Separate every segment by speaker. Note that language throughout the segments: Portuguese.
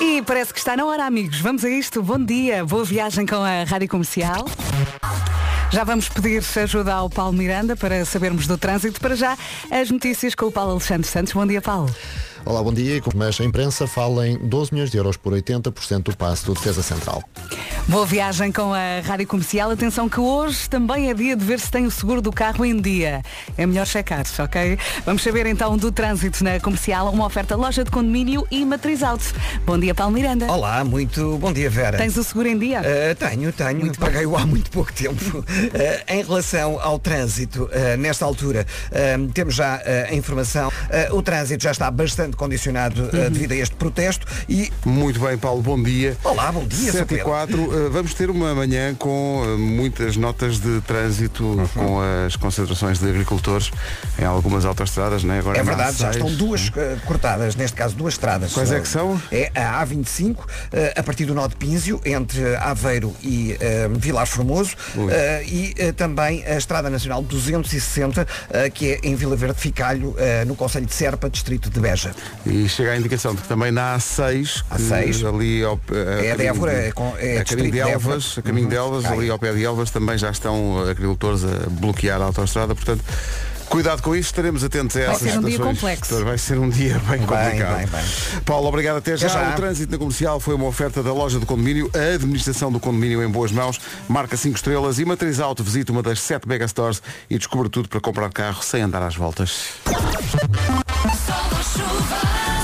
Speaker 1: E parece que está na hora, amigos. Vamos a isto. Bom dia, boa viagem com a Rádio Comercial. Já vamos pedir ajuda ao Paulo Miranda para sabermos do trânsito. Para já, as notícias com o Paulo Alexandre Santos. Bom dia, Paulo.
Speaker 2: Olá, bom dia. Mas a imprensa fala em 12 milhões de euros por 80% do passe do Defesa Central.
Speaker 1: Boa viagem com a Rádio Comercial. Atenção que hoje também é dia de ver se tem o seguro do carro em dia. É melhor checar ok? Vamos saber então do trânsito na comercial, uma oferta loja de condomínio e matriz alto. Bom dia, Paulo Miranda.
Speaker 3: Olá, muito bom dia, Vera.
Speaker 1: Tens o seguro em dia?
Speaker 3: Ah, tenho, tenho. Paguei-o há muito pouco tempo. Ah, em relação ao trânsito, ah, nesta altura, ah, temos já ah, a informação. Ah, o trânsito já está bastante condicionado ah, devido a este protesto e...
Speaker 4: Muito bem, Paulo, bom dia.
Speaker 3: Olá, bom dia, Sr.
Speaker 4: 7 e
Speaker 3: Pedro.
Speaker 4: 4, eh, vamos ter uma manhã com eh, muitas notas de trânsito
Speaker 3: Uhum.
Speaker 4: com as concentrações de agricultores em algumas autoestradas, não é? Agora
Speaker 3: É
Speaker 4: na
Speaker 3: verdade, já
Speaker 4: A6.
Speaker 3: estão duas eh, cortadas, neste caso duas estradas.
Speaker 4: Quais é que são?
Speaker 3: É a A25, eh, a partir do nó de Pínzio, entre Aveiro e eh, Vilar Formoso,
Speaker 4: Ui.
Speaker 3: eh, e eh, também a Estrada Nacional 260, eh, que é em Vila Verde Ficalho, eh, no Conselho de Serpa, Distrito de Beja.
Speaker 4: E chega a indicação de que também na A6, que
Speaker 3: A6,
Speaker 4: ali ao,
Speaker 3: é
Speaker 4: a
Speaker 3: de Évora, é com- é
Speaker 4: a
Speaker 3: distrito
Speaker 4: caminho de
Speaker 3: de Évora.
Speaker 4: Elvas, a caminho de
Speaker 3: Uhum.
Speaker 4: Elvas,
Speaker 3: Ah,
Speaker 4: ali
Speaker 3: é.
Speaker 4: ao pé de Elvas também já estão agricultores a bloquear a autoestrada, portanto, cuidado com isto, estaremos atentos a essas
Speaker 1: ser um dia
Speaker 4: situações.
Speaker 1: complexo.
Speaker 4: Vai ser um dia bem complicado.
Speaker 3: bem, bem.
Speaker 4: Paulo, obrigado até já.
Speaker 3: já.
Speaker 4: O trânsito na comercial foi uma oferta da loja do condomínio, a administração do condomínio em boas mãos, marca 5 estrelas e matriz alto, visita uma das 7 megastores e descobre tudo para comprar carro sem andar às voltas.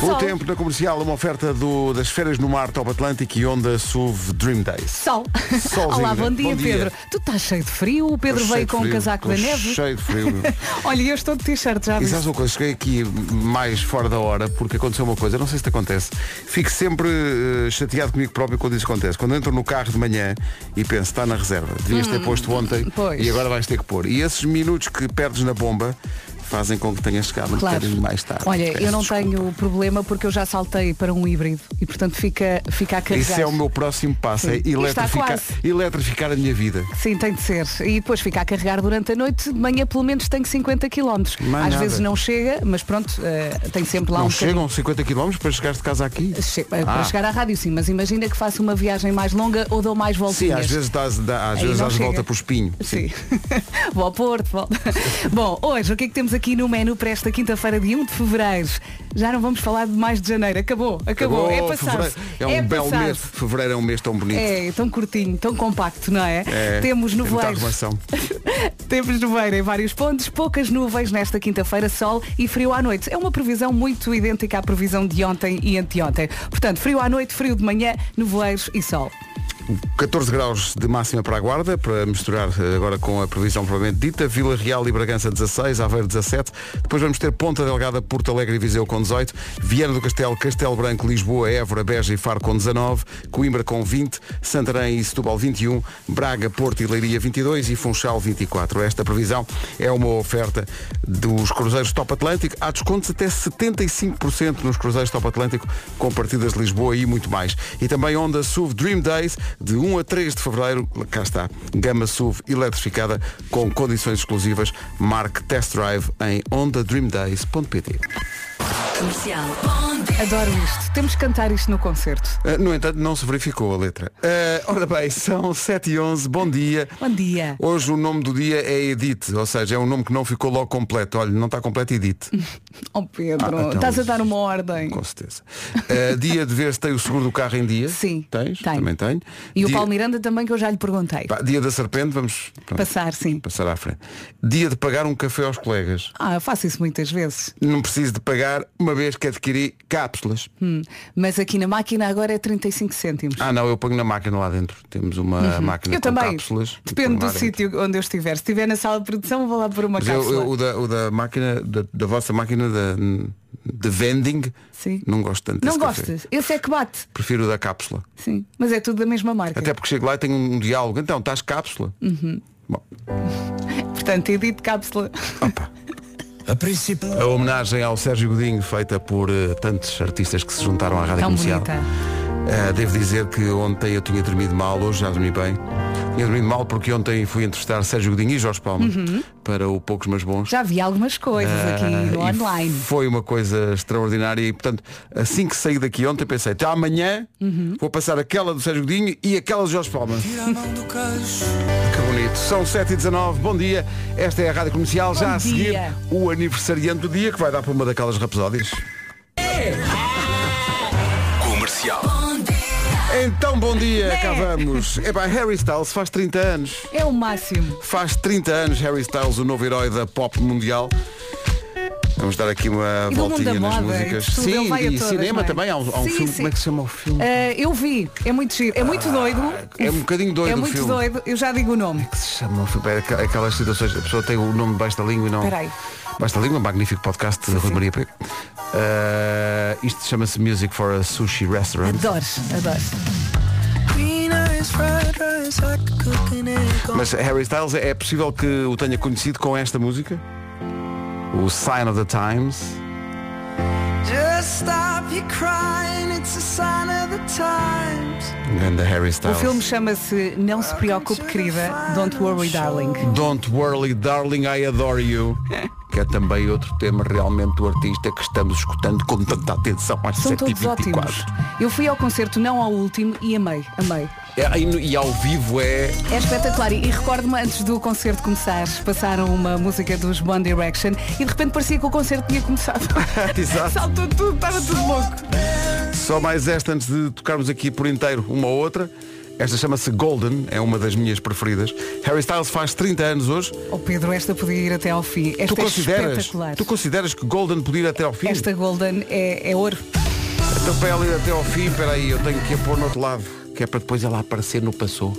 Speaker 4: O tempo na comercial, uma oferta do- das férias no mar Top Atlântico e Onda SUV Dream Days.
Speaker 1: Sol.
Speaker 4: Solzinho, né?
Speaker 1: Olá, bom
Speaker 4: bom
Speaker 1: dia,
Speaker 4: dia.
Speaker 1: Pedro. Tu estás cheio de frio, o Pedro
Speaker 4: Estou
Speaker 1: veio
Speaker 4: cheio de
Speaker 1: com um
Speaker 4: frio,
Speaker 1: casaco da
Speaker 4: estou
Speaker 1: neve.
Speaker 4: Cheio de frio. meu.
Speaker 1: Olha, eu estou de t-shirt, já
Speaker 4: E
Speaker 1: viste?
Speaker 4: sabes uma coisa, cheguei aqui mais fora da hora porque aconteceu uma coisa, eu não sei se te acontece. Fico sempre eh, chateado comigo próprio quando isso acontece. Quando entro no carro de manhã e penso, está na reserva, devias ter posto ontem
Speaker 1: Hum, pois.
Speaker 4: e agora vais ter que pôr. E esses minutos que perdes na bomba fazem com que tenhas chegado um
Speaker 1: Claro.
Speaker 4: bocadinho mais tarde.
Speaker 1: Olha,
Speaker 4: Peço
Speaker 1: eu não
Speaker 4: desculpa.
Speaker 1: tenho problema porque eu já saltei para um híbrido e portanto fica, fica a carregar.
Speaker 4: Isso é o meu próximo passo, é
Speaker 1: Sim. E está
Speaker 4: eletrificar,
Speaker 1: quase.
Speaker 4: eletrificar a minha vida.
Speaker 1: Sim, tem de ser. E depois fica a carregar durante a noite, de manhã pelo menos tenho 50 km. Às
Speaker 4: Mais nada.
Speaker 1: vezes não chega, mas pronto, eh, tem sempre lá
Speaker 4: não
Speaker 1: um
Speaker 4: chegam 50 km para chegares de casa aqui?
Speaker 1: bocadinho. Che- eh, Para
Speaker 4: Ah.
Speaker 1: chegar à rádio sim, mas imagina que faço uma viagem mais longa ou dou mais
Speaker 4: Sim,
Speaker 1: voltinhas.
Speaker 4: às vezes dás, dá- às
Speaker 1: Aí
Speaker 4: vezes
Speaker 1: não
Speaker 4: dás
Speaker 1: chega.
Speaker 4: volta para o espinho.
Speaker 1: Sim. Vou ao Porto, vou. Bom, hoje o que é que temos aqui no menu para esta quinta-feira de 1 de fevereiro? Já não vamos falar de mais de janeiro. Acabou, acabou. é passado.
Speaker 4: fevereiro. É um belo
Speaker 1: passado.
Speaker 4: mês. Fevereiro é um mês tão bonito.
Speaker 1: É, tão curtinho, tão compacto, não é?
Speaker 4: É,
Speaker 1: Temos
Speaker 4: tem muita
Speaker 1: nevoeiros.
Speaker 4: arrumação.
Speaker 1: Temos nuveiro em vários pontos, poucas nuvens nesta quinta-feira, sol e frio à noite. É uma previsão muito idêntica à previsão de ontem e anteontem. Portanto, frio à noite, frio de manhã, nevoeiros e sol.
Speaker 4: 14 graus de máxima para a Guarda, para misturar eh, agora com a previsão provavelmente dita. Vila Real e Bragança 16, Aveiro 17. Depois vamos ter Ponta Delgada, Porto Alegre e Viseu com 18. Viana do Castelo, Castelo Branco, Lisboa, Évora, Beja e Faro com 19. Coimbra com 20. Santarém e Setúbal 21. Braga, Porto e Leiria 22 e Funchal 24. Esta previsão é uma oferta dos cruzeiros Top Atlântico. Há descontos até 75% nos cruzeiros Top Atlântico com partidas de Lisboa e muito mais. E também Onda SUV Dream Days de 1 a 3 de fevereiro. Cá está. Gama SUV eletrificada com condições exclusivas. Marque Test Drive em ondadreamdays.pt.
Speaker 1: Adoro isto. Temos que cantar isto no concerto.
Speaker 4: Ah, No entanto, não se verificou a letra. Ah, ora bem, são 7 e 11 Bom dia.
Speaker 1: Bom dia.
Speaker 4: Hoje o nome do dia é Edith, ou seja, é um nome que não ficou logo completo. Olha, não está completo Edith,
Speaker 1: Oh Pedro,
Speaker 4: Ah, então-
Speaker 1: estás a dar uma ordem.
Speaker 4: com certeza. Ah, dia de ver se tem o seguro do carro em dia.
Speaker 1: Sim.
Speaker 4: Tens?
Speaker 1: tenho.
Speaker 4: Também tenho.
Speaker 1: E o
Speaker 4: Dia-
Speaker 1: Paulo Miranda também, que eu já lhe perguntei.
Speaker 4: Pá, dia da serpente, vamos pronto,
Speaker 1: Passar, sim.
Speaker 4: passar à frente. Dia de pagar um café aos colegas.
Speaker 1: Ah, eu faço isso muitas vezes.
Speaker 4: Não preciso de pagar uma vez que adquiri cápsulas.
Speaker 1: Hum, Mas aqui na máquina agora é 35 cêntimos.
Speaker 4: Ah não, eu ponho na máquina lá dentro. Temos uma máquina
Speaker 1: Uhum.
Speaker 4: com
Speaker 1: eu também.
Speaker 4: cápsulas. tipo,
Speaker 1: Depende
Speaker 4: Põe
Speaker 1: do
Speaker 4: lá dentro.
Speaker 1: sítio onde eu estiver. Se estiver na sala de produção, vou lá por uma
Speaker 4: Mas eu-
Speaker 1: cápsula.
Speaker 4: eu- o, da, o da máquina, da, da vossa máquina da- de, vending,
Speaker 1: Sim.
Speaker 4: não gosto tanto
Speaker 1: Não
Speaker 4: desse café.
Speaker 1: gostas? Esse é que bate.
Speaker 4: Prefiro o da cápsula.
Speaker 1: Sim. Mas é tudo da mesma marca.
Speaker 4: Até porque chego lá e tenho um diálogo. Então, estás cápsula?
Speaker 1: Uhum.
Speaker 4: Bom,
Speaker 1: Portanto, edito cápsula.
Speaker 4: a homenagem ao Sérgio Godinho feita por eh, tantos artistas que se juntaram à Rádio
Speaker 1: Tão
Speaker 4: Comercial.
Speaker 1: bonita.
Speaker 4: Eh, devo dizer que ontem eu tinha dormido mal, hoje já dormi bem. Tinha dormido mal porque ontem fui entrevistar Sérgio Godinho e Jorge Palma
Speaker 1: Uhum.
Speaker 4: para o Poucos Mas Bons.
Speaker 1: Já vi algumas coisas aqui
Speaker 4: Ah,
Speaker 1: no
Speaker 4: e
Speaker 1: online.
Speaker 4: Foi uma coisa extraordinária e portanto, assim que saí daqui ontem pensei, até amanhã
Speaker 1: Uhum.
Speaker 4: vou passar aquela do Sérgio Godinho e aquela de Jorge Palma. Que bonito. São 7h19, bom dia. Esta é a Rádio Comercial, já a seguir
Speaker 1: dia.
Speaker 4: o aniversariante do dia, que vai dar para uma daquelas rapsódias.
Speaker 5: Comercial.
Speaker 4: Então bom dia, cá vamos. Epá, Harry Styles faz 30 anos.
Speaker 1: É o máximo.
Speaker 4: Faz 30 anos Harry Styles, o novo herói da pop mundial. Vamos dar aqui uma
Speaker 1: E do mundo
Speaker 4: voltinha
Speaker 1: da
Speaker 4: nas
Speaker 1: moda,
Speaker 4: músicas.
Speaker 1: e tudo, ele
Speaker 4: Sim,
Speaker 1: vai a
Speaker 4: e
Speaker 1: todas,
Speaker 4: cinema
Speaker 1: não é?
Speaker 4: também. Há um, há um
Speaker 1: Sim,
Speaker 4: filme.
Speaker 1: sim.
Speaker 4: Como é que se chama o filme?
Speaker 1: Ah, eu vi, é muito giro. É muito doido.
Speaker 4: é um bocadinho doido
Speaker 1: É
Speaker 4: o
Speaker 1: muito
Speaker 4: filme.
Speaker 1: doido, eu já digo o nome.
Speaker 4: que se chama o filme? É aqua- Aquelas situações, a pessoa tem o nome debaixo da língua e não.
Speaker 1: Peraí.
Speaker 4: Basta língua, um magnífico podcast de Rui Maria Pego. Ah, isto chama-se Music for a Sushi Restaurant.
Speaker 1: Adoro, adoro.
Speaker 4: Mas Harry Styles, é possível que o tenha conhecido com esta música? O Sign of the Times. Grande Harry
Speaker 1: O
Speaker 4: Styles.
Speaker 1: filme chama-se Não Se Preocupe Querida, Don't Worry Darling.
Speaker 4: Don't Worry Darling, I Adore You. Que é também outro tema realmente do artista que estamos escutando com tanta atenção é às
Speaker 1: São todos
Speaker 4: 7h24.
Speaker 1: ótimos. Eu fui ao concerto, não ao último, e amei, amei.
Speaker 4: É, e, no- e ao vivo é.
Speaker 1: É espetacular. E recordo-me, antes do concerto começar, passaram uma música dos One Direction e de repente parecia que o concerto tinha começado.
Speaker 4: Exato.
Speaker 1: Saltou tudo, estava tudo louco.
Speaker 4: Só mais esta antes de tocarmos aqui por inteiro uma ou outra. Esta chama-se Golden, é uma das minhas preferidas. Harry Styles faz 30 anos hoje.
Speaker 1: Oh Pedro, esta podia ir até ao fim. Esta
Speaker 4: tu
Speaker 1: é
Speaker 4: consideras?
Speaker 1: espetacular.
Speaker 4: Tu consideras que Golden podia ir até ao fim?
Speaker 1: Esta Golden é, é ouro.
Speaker 4: Então para ela ir até ao fim, peraí, eu tenho que a pôr no outro lado, que é para depois ela aparecer no passou.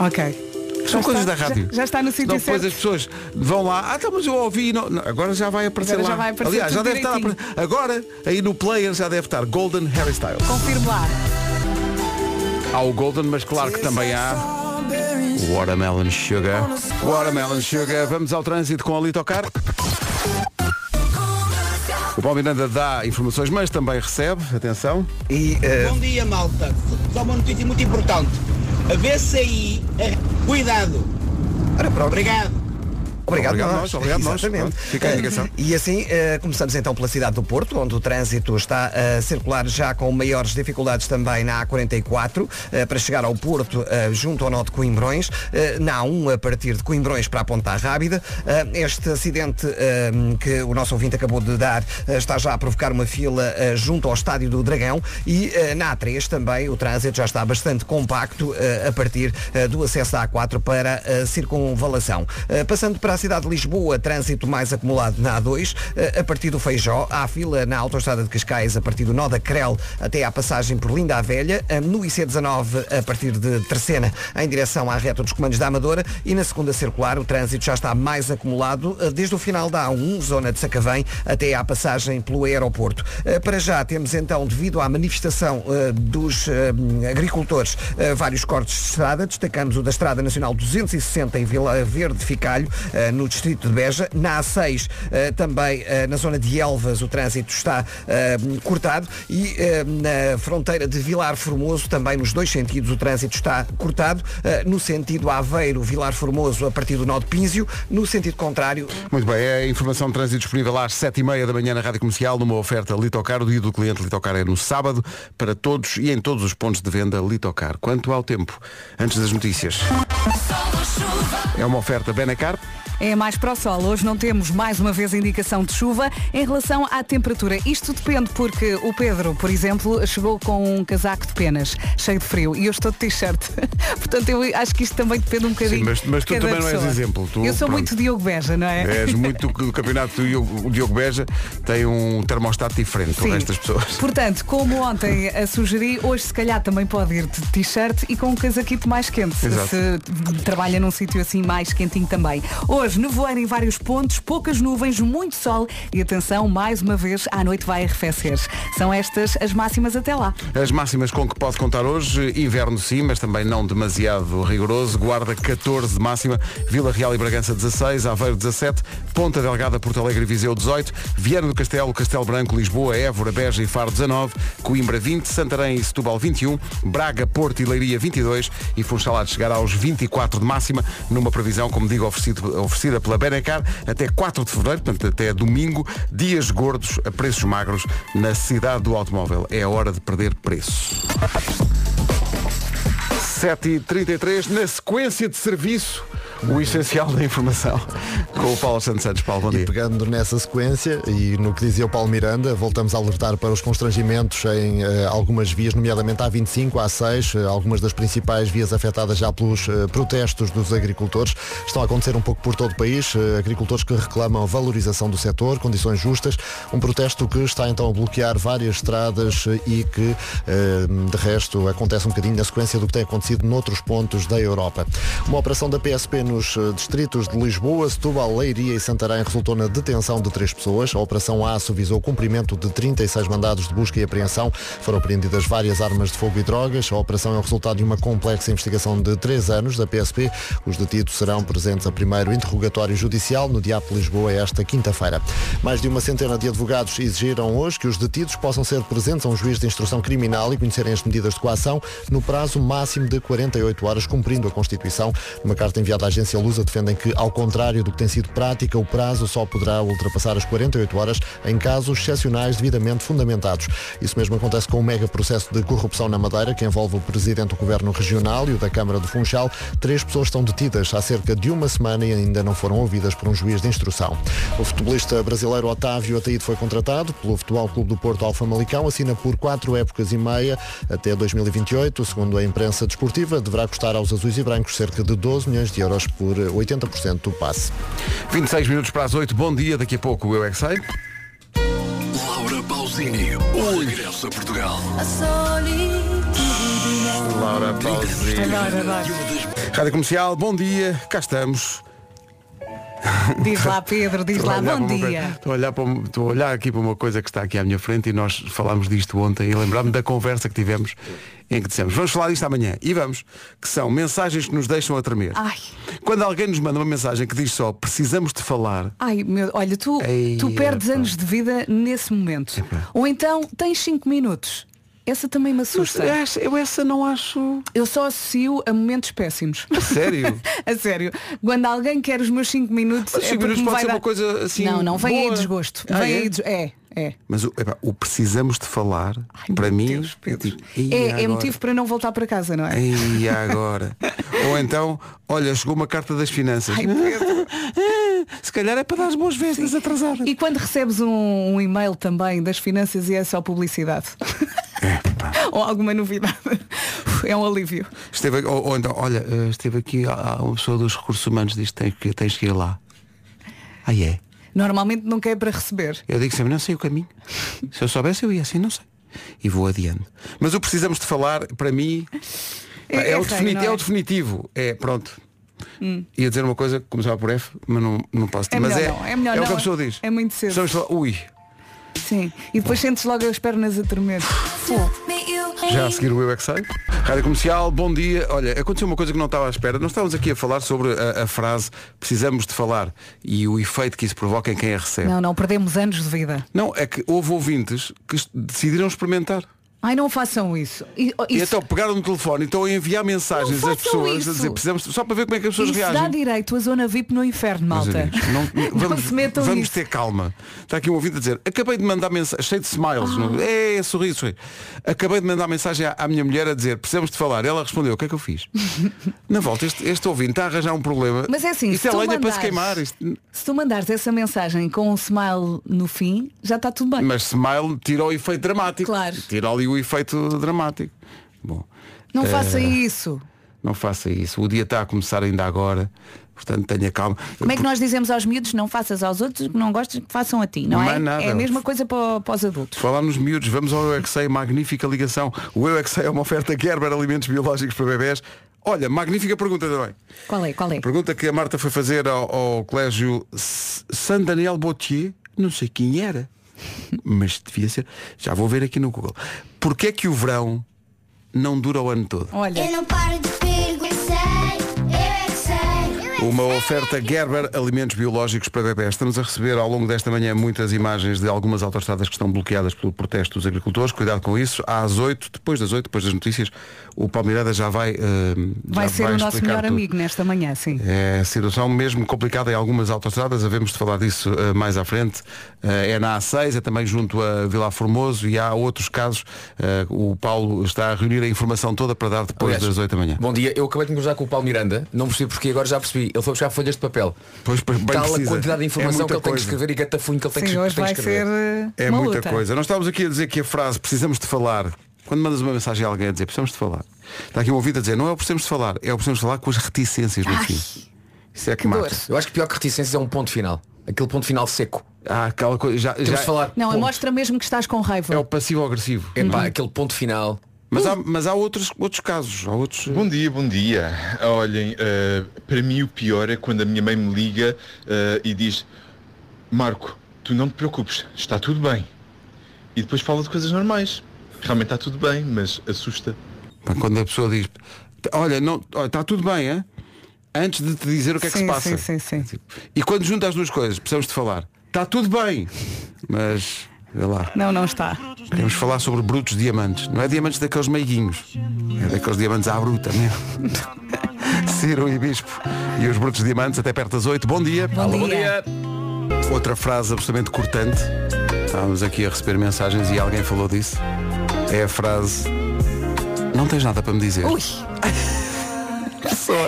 Speaker 1: Ok.
Speaker 4: São
Speaker 1: Já
Speaker 4: coisas
Speaker 1: está-
Speaker 4: da rádio.
Speaker 1: já- já está no sítio
Speaker 4: Não, Depois
Speaker 1: certo.
Speaker 4: as pessoas vão lá, ah, então, mas eu ouvi. e Não, não, agora já vai aparecer
Speaker 1: Agora
Speaker 4: lá.
Speaker 1: já vai aparecer
Speaker 4: Aliás, já
Speaker 1: tudo
Speaker 4: deve estar a apare-
Speaker 1: direitinho.
Speaker 4: Agora, aí no player já deve estar Golden Harry Styles.
Speaker 1: Confirmo lá.
Speaker 4: Há o Golden, mas claro que também
Speaker 6: Ah.
Speaker 4: há o Watermelon Sugar. Watermelon Sugar. Vamos ao trânsito com a Litocar. O Paulo Miranda dá informações, mas também recebe, atenção.
Speaker 3: E eh,
Speaker 7: Bom dia, malta. Só uma notícia muito importante. A VCI, é... cuidado.
Speaker 3: ora, pronto.
Speaker 7: Obrigado.
Speaker 3: Obrigado,
Speaker 4: Obrigado
Speaker 3: nós.
Speaker 4: nós, obrigado nós.
Speaker 3: Exatamente.
Speaker 4: Pronto, fica a
Speaker 3: Eh,
Speaker 4: indicação.
Speaker 3: E assim, eh, começamos então pela cidade do Porto, onde o trânsito está a circular já com maiores dificuldades também na A44, eh, para chegar ao Porto, eh, junto ao nó de Coimbrões, eh, na A1 a partir de Coimbrões para a Ponta Rábida. Eh, Este acidente eh, que o nosso ouvinte acabou de dar eh, está já a provocar uma fila eh, junto ao Estádio do Dragão e eh, na A3 também o trânsito já está bastante compacto eh, a partir eh, do acesso à A4 para a circunvalação. Eh, Passando para a cidade de Lisboa, trânsito mais acumulado na A2, eh, a partir do Feijó, há fila na autoestrada de Cascais a partir do Nó da Crel até à passagem por Linda a Velha, eh, no IC19 a partir de Terceira em direção à reta dos comandos da Amadora e na segunda circular o trânsito já está mais acumulado eh, desde o final da A1, zona de Sacavém, até à passagem pelo aeroporto. Eh, Para já temos então, devido à manifestação eh, dos eh, agricultores, eh, vários cortes de estrada. Destacamos o da Estrada Nacional 260 em Vila Verde Ficalho, eh, no distrito de Beja. Na A6, eh, também eh, na zona de Elvas, o trânsito está eh, cortado. E eh, na fronteira de Vilar Formoso, também nos dois sentidos, o trânsito está cortado. Eh, No sentido Aveiro, Vilar Formoso, a partir do nó de Pínzio. No sentido contrário,
Speaker 4: Muito bem, é a informação de trânsito disponível às 7h30 da manhã na Rádio Comercial, numa oferta Litocar. O dia do cliente Litocar é no sábado, para todos e em todos os pontos de venda Litocar. Quanto ao tempo, antes das notícias. É uma oferta Benacar.
Speaker 1: É mais para o sol. Hoje não temos mais uma vez indicação de chuva em relação à temperatura. Isto depende porque o Pedro, por exemplo, chegou com um casaco de penas, cheio de frio, e eu estou de t-shirt. Portanto, eu acho que isto também depende um bocadinho.
Speaker 4: mas- mas
Speaker 1: de
Speaker 4: tu
Speaker 1: cada
Speaker 4: também não és
Speaker 1: pessoa.
Speaker 4: exemplo. Tu-
Speaker 1: eu sou
Speaker 4: pronto.
Speaker 1: muito Diogo Beja, não é?
Speaker 4: És muito do campeonato do Diogo- o Diogo Beja, tem um termostato diferente do
Speaker 1: Sim.
Speaker 4: resto das pessoas.
Speaker 1: Portanto, como ontem a sugeri, hoje se calhar também pode ir de t-shirt e com um casaquito mais quente, se-
Speaker 4: Exato.
Speaker 1: se trabalha num sítio assim mais quentinho também. Hoje Hoje nevoeiro em vários pontos, poucas nuvens, muito sol e atenção, mais uma vez, à noite vai arrefecer. São estas as máximas até lá.
Speaker 4: As máximas com que pode contar hoje, inverno sim, mas também não demasiado rigoroso. Guarda 14 de máxima, Vila Real e Bragança 16, Aveiro 17, Ponta Delgada, Porto Alegre e Viseu 18, Viana do Castelo, Castelo Branco, Lisboa, Évora, Beja e Faro 19, Coimbra 20, Santarém e Setúbal 21, Braga, Porto e Leiria 22 e Funchal há de chegar aos 24 de máxima, numa previsão, como digo, oferecido- oferecida pela Benecar até 4 de fevereiro, portanto até domingo, dias gordos a preços magros na cidade do automóvel. É hora de perder preço. 7h33, na sequência de serviço, o essencial da informação. Com o Paulo Santos Santos. Paulo, bom
Speaker 2: E
Speaker 4: dia.
Speaker 2: pegando nessa sequência e no que dizia o Paulo Miranda, voltamos a alertar para os constrangimentos em eh, algumas vias, nomeadamente a A25, a A6, eh, algumas das principais vias afetadas já pelos eh, protestos dos agricultores. Estão a acontecer um pouco por todo o país, eh, agricultores que reclamam a valorização do setor, condições justas, um protesto que está então a bloquear várias estradas eh, e que, eh, de resto, acontece um bocadinho na sequência do que tem acontecido noutros pontos da Europa. Uma operação da PSP nos eh, distritos de Lisboa, Setúbal, Leiria e Santarém resultou na detenção de três pessoas. A Operação Aço visou o cumprimento de 36 mandados de busca e apreensão. Foram preendidas várias armas de fogo e drogas. A operação é o resultado de uma complexa investigação de três anos da PSP. Os detidos serão presentes a primeiro interrogatório judicial no Diabo de Lisboa esta quinta-feira. Mais de uma centena de advogados exigiram hoje que os detidos possam ser presentes a um juiz de instrução criminal e conhecerem as medidas de coação no prazo máximo de 48 horas, cumprindo a Constituição. Numa carta enviada à agência Lusa, defendem que, ao contrário do que tem sido prática, o prazo só poderá ultrapassar as 48 horas em casos excepcionais devidamente fundamentados. Isso mesmo acontece com o mega processo de corrupção na Madeira, que envolve o presidente do governo regional e o da Câmara de Funchal. Três pessoas estão detidas há cerca de uma semana e ainda não foram ouvidas por um juiz de instrução. O futebolista brasileiro Otávio Ataíde foi contratado pelo Futebol Clube do Porto ao Famalicão, assina por quatro épocas e meia até 2028. Segundo a imprensa desportiva, deverá custar aos azuis e brancos cerca de 12 milhões de euros por 80% do passe.
Speaker 4: 26 minutos para as 8, bom dia, daqui a pouco o Eu É Que Sei.
Speaker 5: Laura Pausini, o regresso a Portugal.
Speaker 4: Laura Pausini. Rádio Comercial, bom dia, cá estamos.
Speaker 1: Diz lá, Pedro, diz lá,
Speaker 4: Estou a olhar
Speaker 1: bom
Speaker 4: para uma coisa-
Speaker 1: dia.
Speaker 4: Estou a, olhar para um- estou a olhar aqui para uma coisa que está aqui à minha frente e nós falámos disto ontem e lembrámos da conversa que tivemos em que dissemos, vamos falar disto amanhã e vamos, que são mensagens que nos deixam a tremer.
Speaker 1: Ai.
Speaker 4: Quando alguém nos manda uma mensagem que diz só, precisamos de falar,
Speaker 1: Ai, meu, olha, tu,
Speaker 4: Ei,
Speaker 1: tu perdes
Speaker 4: epá.
Speaker 1: anos de vida nesse momento. Ou então tens 5 minutos. Essa também me assusta.
Speaker 4: Essa- eu essa não acho.
Speaker 1: Eu só associo a momentos péssimos.
Speaker 4: Sério?
Speaker 1: a sério. Quando alguém quer os meus 5 minutos,
Speaker 4: Mas
Speaker 1: é
Speaker 4: cinco
Speaker 1: porque
Speaker 4: minutos
Speaker 1: me
Speaker 4: pode
Speaker 1: vai
Speaker 4: ser
Speaker 1: dar...
Speaker 4: uma coisa, assim,
Speaker 1: Não, não, vem aí
Speaker 4: boa.
Speaker 1: desgosto.
Speaker 4: Ah,
Speaker 1: vem
Speaker 4: é?
Speaker 1: aí des... É, é.
Speaker 4: Mas o, epá, o precisamos de falar, para mim, tipo, e
Speaker 1: É, é
Speaker 4: agora?
Speaker 1: motivo para não voltar para casa, não é?
Speaker 4: E agora? Ou então, olha, chegou uma carta das finanças.
Speaker 1: Ai, Pedro.
Speaker 4: Se calhar é para dar as boas vezes atrasadas.
Speaker 1: E quando recebes um, um e-mail também das finanças e é só publicidade?
Speaker 4: É,
Speaker 1: Ou alguma novidade? É um alívio.
Speaker 4: Esteve, ou, ou então, olha, eh, esteve aqui há- há uma pessoa dos recursos humanos diz que tens que, tens que ir lá. Ah, é?
Speaker 1: Normalmente nunca é para receber.
Speaker 4: Eu digo sempre, não sei o caminho. Se eu soubesse, eu ia assim, não sei. E vou adiando. Mas o precisamos de falar, para mim,
Speaker 1: É-
Speaker 4: é,
Speaker 1: é
Speaker 4: o,
Speaker 1: feio,
Speaker 4: definit-
Speaker 1: não é? Hum.
Speaker 4: é o definitivo. É, pronto. Ia dizer uma coisa que começava por F, mas não, não posso
Speaker 1: É
Speaker 4: mas
Speaker 1: melhor não, é melhor
Speaker 4: o que a
Speaker 1: não,
Speaker 4: pessoa diz.
Speaker 1: é muito cedo.
Speaker 4: Precisamos de falar, ui,
Speaker 1: Sim. E depois sentes logo as pernas a tremer.
Speaker 4: É. Já a seguir o Eu é que Sei. Rádio Comercial, bom dia. Olha, aconteceu uma coisa que não estava à espera. Nós estávamos aqui a falar sobre a, a frase precisamos de falar e o efeito que isso provoca em quem a recebe. Não,
Speaker 1: Não, não, perdemos anos de vida.
Speaker 4: é que houve ouvintes que est- decidiram experimentar.
Speaker 1: Ai, não façam isso. I-
Speaker 4: E
Speaker 1: isso-
Speaker 4: então pegaram no telefone e estão a enviar mensagens
Speaker 1: Não
Speaker 4: às
Speaker 1: façam
Speaker 4: pessoas
Speaker 1: isso.
Speaker 4: a dizer precisamos só para ver como é que as pessoas
Speaker 1: Isso dá
Speaker 4: reagem.
Speaker 1: direito à zona VIP no inferno,
Speaker 4: Meus
Speaker 1: malta.
Speaker 4: amigos, não-
Speaker 1: Não
Speaker 4: vamos
Speaker 1: se metam
Speaker 4: vamos
Speaker 1: nisso.
Speaker 4: ter calma. Está aqui um ouvinte a dizer, acabei de mandar mensagem, cheio de
Speaker 1: Ah.
Speaker 4: smiles, não- é, sorriso, sorriso. Acabei de mandar mensagem à, à minha mulher a dizer, precisamos de falar. Ela respondeu, o que é que eu fiz? Na volta, este, este ouvinte está a arranjar um problema.
Speaker 1: Mas é assim,
Speaker 4: Isto
Speaker 1: se
Speaker 4: é
Speaker 1: tu
Speaker 4: lenha para
Speaker 1: mandares-
Speaker 4: se queimar. Isto-
Speaker 1: Se tu mandares essa mensagem com um smile no fim, já está tudo bem.
Speaker 4: Mas smile tira o efeito dramático.
Speaker 1: Claro.
Speaker 4: Tira ali o efeito dramático. Bom,
Speaker 1: Não
Speaker 4: eh,
Speaker 1: faça isso.
Speaker 4: Não faça isso. O dia está a começar ainda agora. Portanto, tenha calma.
Speaker 8: Como é que nós dizemos aos miúdos não faças aos outros o que não gostas que façam a ti, não,
Speaker 4: Não
Speaker 8: é?
Speaker 4: é nada.
Speaker 8: É a mesma coisa para, para os adultos.
Speaker 4: Falar nos miúdos, vamos ao Eu É Que Sei, magnífica ligação. O Eu É Que Sei é uma oferta Gerber Alimentos Biológicos para Bebés. Olha, magnífica pergunta também.
Speaker 8: Qual é? Qual é?
Speaker 4: Pergunta que a Marta foi fazer ao, ao colégio S- San Daniel Bautier, não sei quem era, mas devia ser. Já vou ver aqui no Google. Porquê é que o verão não dura o ano todo?
Speaker 8: Olha,
Speaker 9: não paro de perguntar, eu é que sei.
Speaker 4: Uma oferta Gerber Alimentos Biológicos para bebés. Estamos a receber ao longo desta manhã muitas imagens de algumas autostradas que estão bloqueadas pelo protesto dos agricultores. Cuidado com isso. Às 8, depois das 8, depois das notícias, o Palmeirada já vai. eh,
Speaker 1: Vai
Speaker 4: já
Speaker 1: ser o nosso
Speaker 4: explicar
Speaker 1: melhor
Speaker 4: tudo.
Speaker 1: amigo nesta manhã, sim.
Speaker 4: É situação mesmo complicada em algumas autostradas, havemos de falar disso eh, mais à frente. Eh, é na A6, é também junto a Vila Formoso e há outros casos. Eh, o Paulo está a reunir a informação toda para dar depois
Speaker 10: Aliás,
Speaker 4: das 8 da manhã.
Speaker 10: Bom dia, eu acabei de me cruzar com o Paulo Miranda, não percebi porque agora já percebi. Ele foi buscar folhas de papel.
Speaker 4: Pois, pois, bem
Speaker 10: Tal
Speaker 4: precisa.
Speaker 10: a quantidade de
Speaker 4: É
Speaker 10: informação
Speaker 4: muita
Speaker 10: que ele tem que
Speaker 4: coisa.
Speaker 10: escrever e catafunho que ele tem que,
Speaker 1: Sim,
Speaker 10: tem
Speaker 1: hoje
Speaker 10: que
Speaker 1: vai
Speaker 10: escrever.
Speaker 1: ser eh,
Speaker 4: É
Speaker 1: uma
Speaker 4: muita
Speaker 1: luta.
Speaker 4: coisa. Nós estávamos aqui a dizer que a frase precisamos de falar. Quando mandas uma mensagem a alguém a dizer precisamos de falar, está aqui um ouvido a dizer não é o precisamos de falar, é o precisamos de falar com as reticências no fim. Isso é que, mata.
Speaker 8: dor.
Speaker 10: Eu acho que pior que reticências é um ponto final. Aquele ponto final seco.
Speaker 4: Há aquela coisa. Já,
Speaker 10: Temos
Speaker 4: já
Speaker 10: de falar. É.
Speaker 1: Não,
Speaker 10: ponto.
Speaker 1: mostra mesmo que estás com raiva.
Speaker 4: é o passivo agressivo.
Speaker 10: Epá,
Speaker 1: Uhum.
Speaker 10: aquele ponto final.
Speaker 4: Mas há, mas há outros, outros casos, há outros.
Speaker 6: Bom dia, bom dia. Olhem, eh, para mim o pior é quando a minha mãe me liga eh, e diz Marco, tu não te preocupes, está tudo bem. E depois fala de coisas normais. Realmente está tudo bem, mas assusta.
Speaker 4: Pá, Quando a pessoa diz, olha, não, olha, está tudo bem, é? Antes de te dizer o que é que
Speaker 1: Sim,
Speaker 4: se passa.
Speaker 1: sim, sim, sim.
Speaker 4: Tipo, E quando junta as duas coisas, precisamos de falar. Está tudo bem. Mas, vê lá,
Speaker 1: Não, não está.
Speaker 4: queremos falar sobre brutos diamantes. Não é diamantes daqueles meiguinhos. É daqueles diamantes à bruta mesmo. Ciro e Bispo. E os brutos diamantes até perto das 8. Bom dia.
Speaker 1: Bom dia.
Speaker 4: Outra frase absolutamente cortante. Estávamos aqui a receber mensagens e alguém falou disso. É a frase. Não tens nada para me dizer.
Speaker 1: Ui.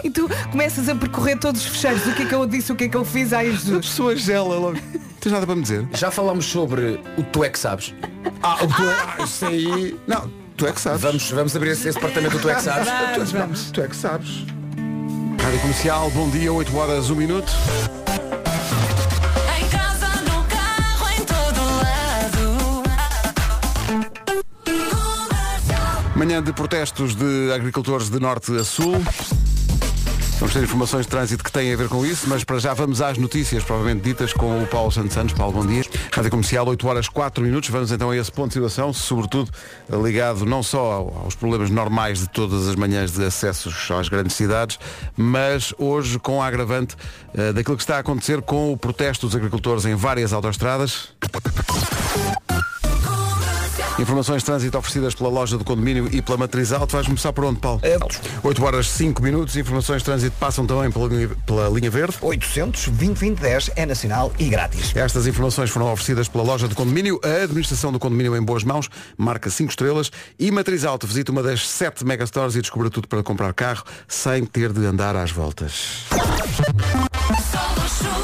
Speaker 1: E tu começas a percorrer todos os fecheiros. O que é que eu disse, o que é que eu fiz, ai
Speaker 4: A
Speaker 1: Jesus.
Speaker 4: pessoa gela logo. tens nada para me dizer?
Speaker 10: Já falámos sobre o tu é que sabes.
Speaker 4: Ah, tu é, ah, isso aí. Não, tu é que sabes.
Speaker 10: Vamos, vamos abrir esse, esse departamento do tu é que sabes.
Speaker 1: Vamos, vamos.
Speaker 4: Tu é que sabes. Rádio Comercial, bom dia, 8 horas, 1 minuto.
Speaker 9: Em casa, no carro, em todo lado.
Speaker 4: Manhã de protestos de agricultores de norte a sul. Vamos ter informações de trânsito que têm a ver com isso, mas para já vamos às notícias provavelmente ditas com o Paulo Santos Santos. Paulo, bom dia. Rádio Comercial, 8 horas 4 minutos. Vamos então a esse ponto de situação, sobretudo ligado não só ao- aos problemas normais de todas as manhãs de acessos às grandes cidades, mas hoje com a agravante eh, daquilo que está a acontecer com o protesto dos agricultores em várias autostradas. Informações de trânsito oferecidas pela loja do condomínio e pela matrizal. Tu vais começar por onde, Paulo? 8 horas 5 minutos. Informações de trânsito passam também pela linha, pela linha verde.
Speaker 3: 800 20 10 é nacional e grátis.
Speaker 4: Estas informações foram oferecidas pela loja do condomínio, a administração do condomínio em boas mãos, marca 5 estrelas e Matriz Alto. Visita uma das 7 megastores e descubra tudo para comprar carro sem ter de andar às voltas.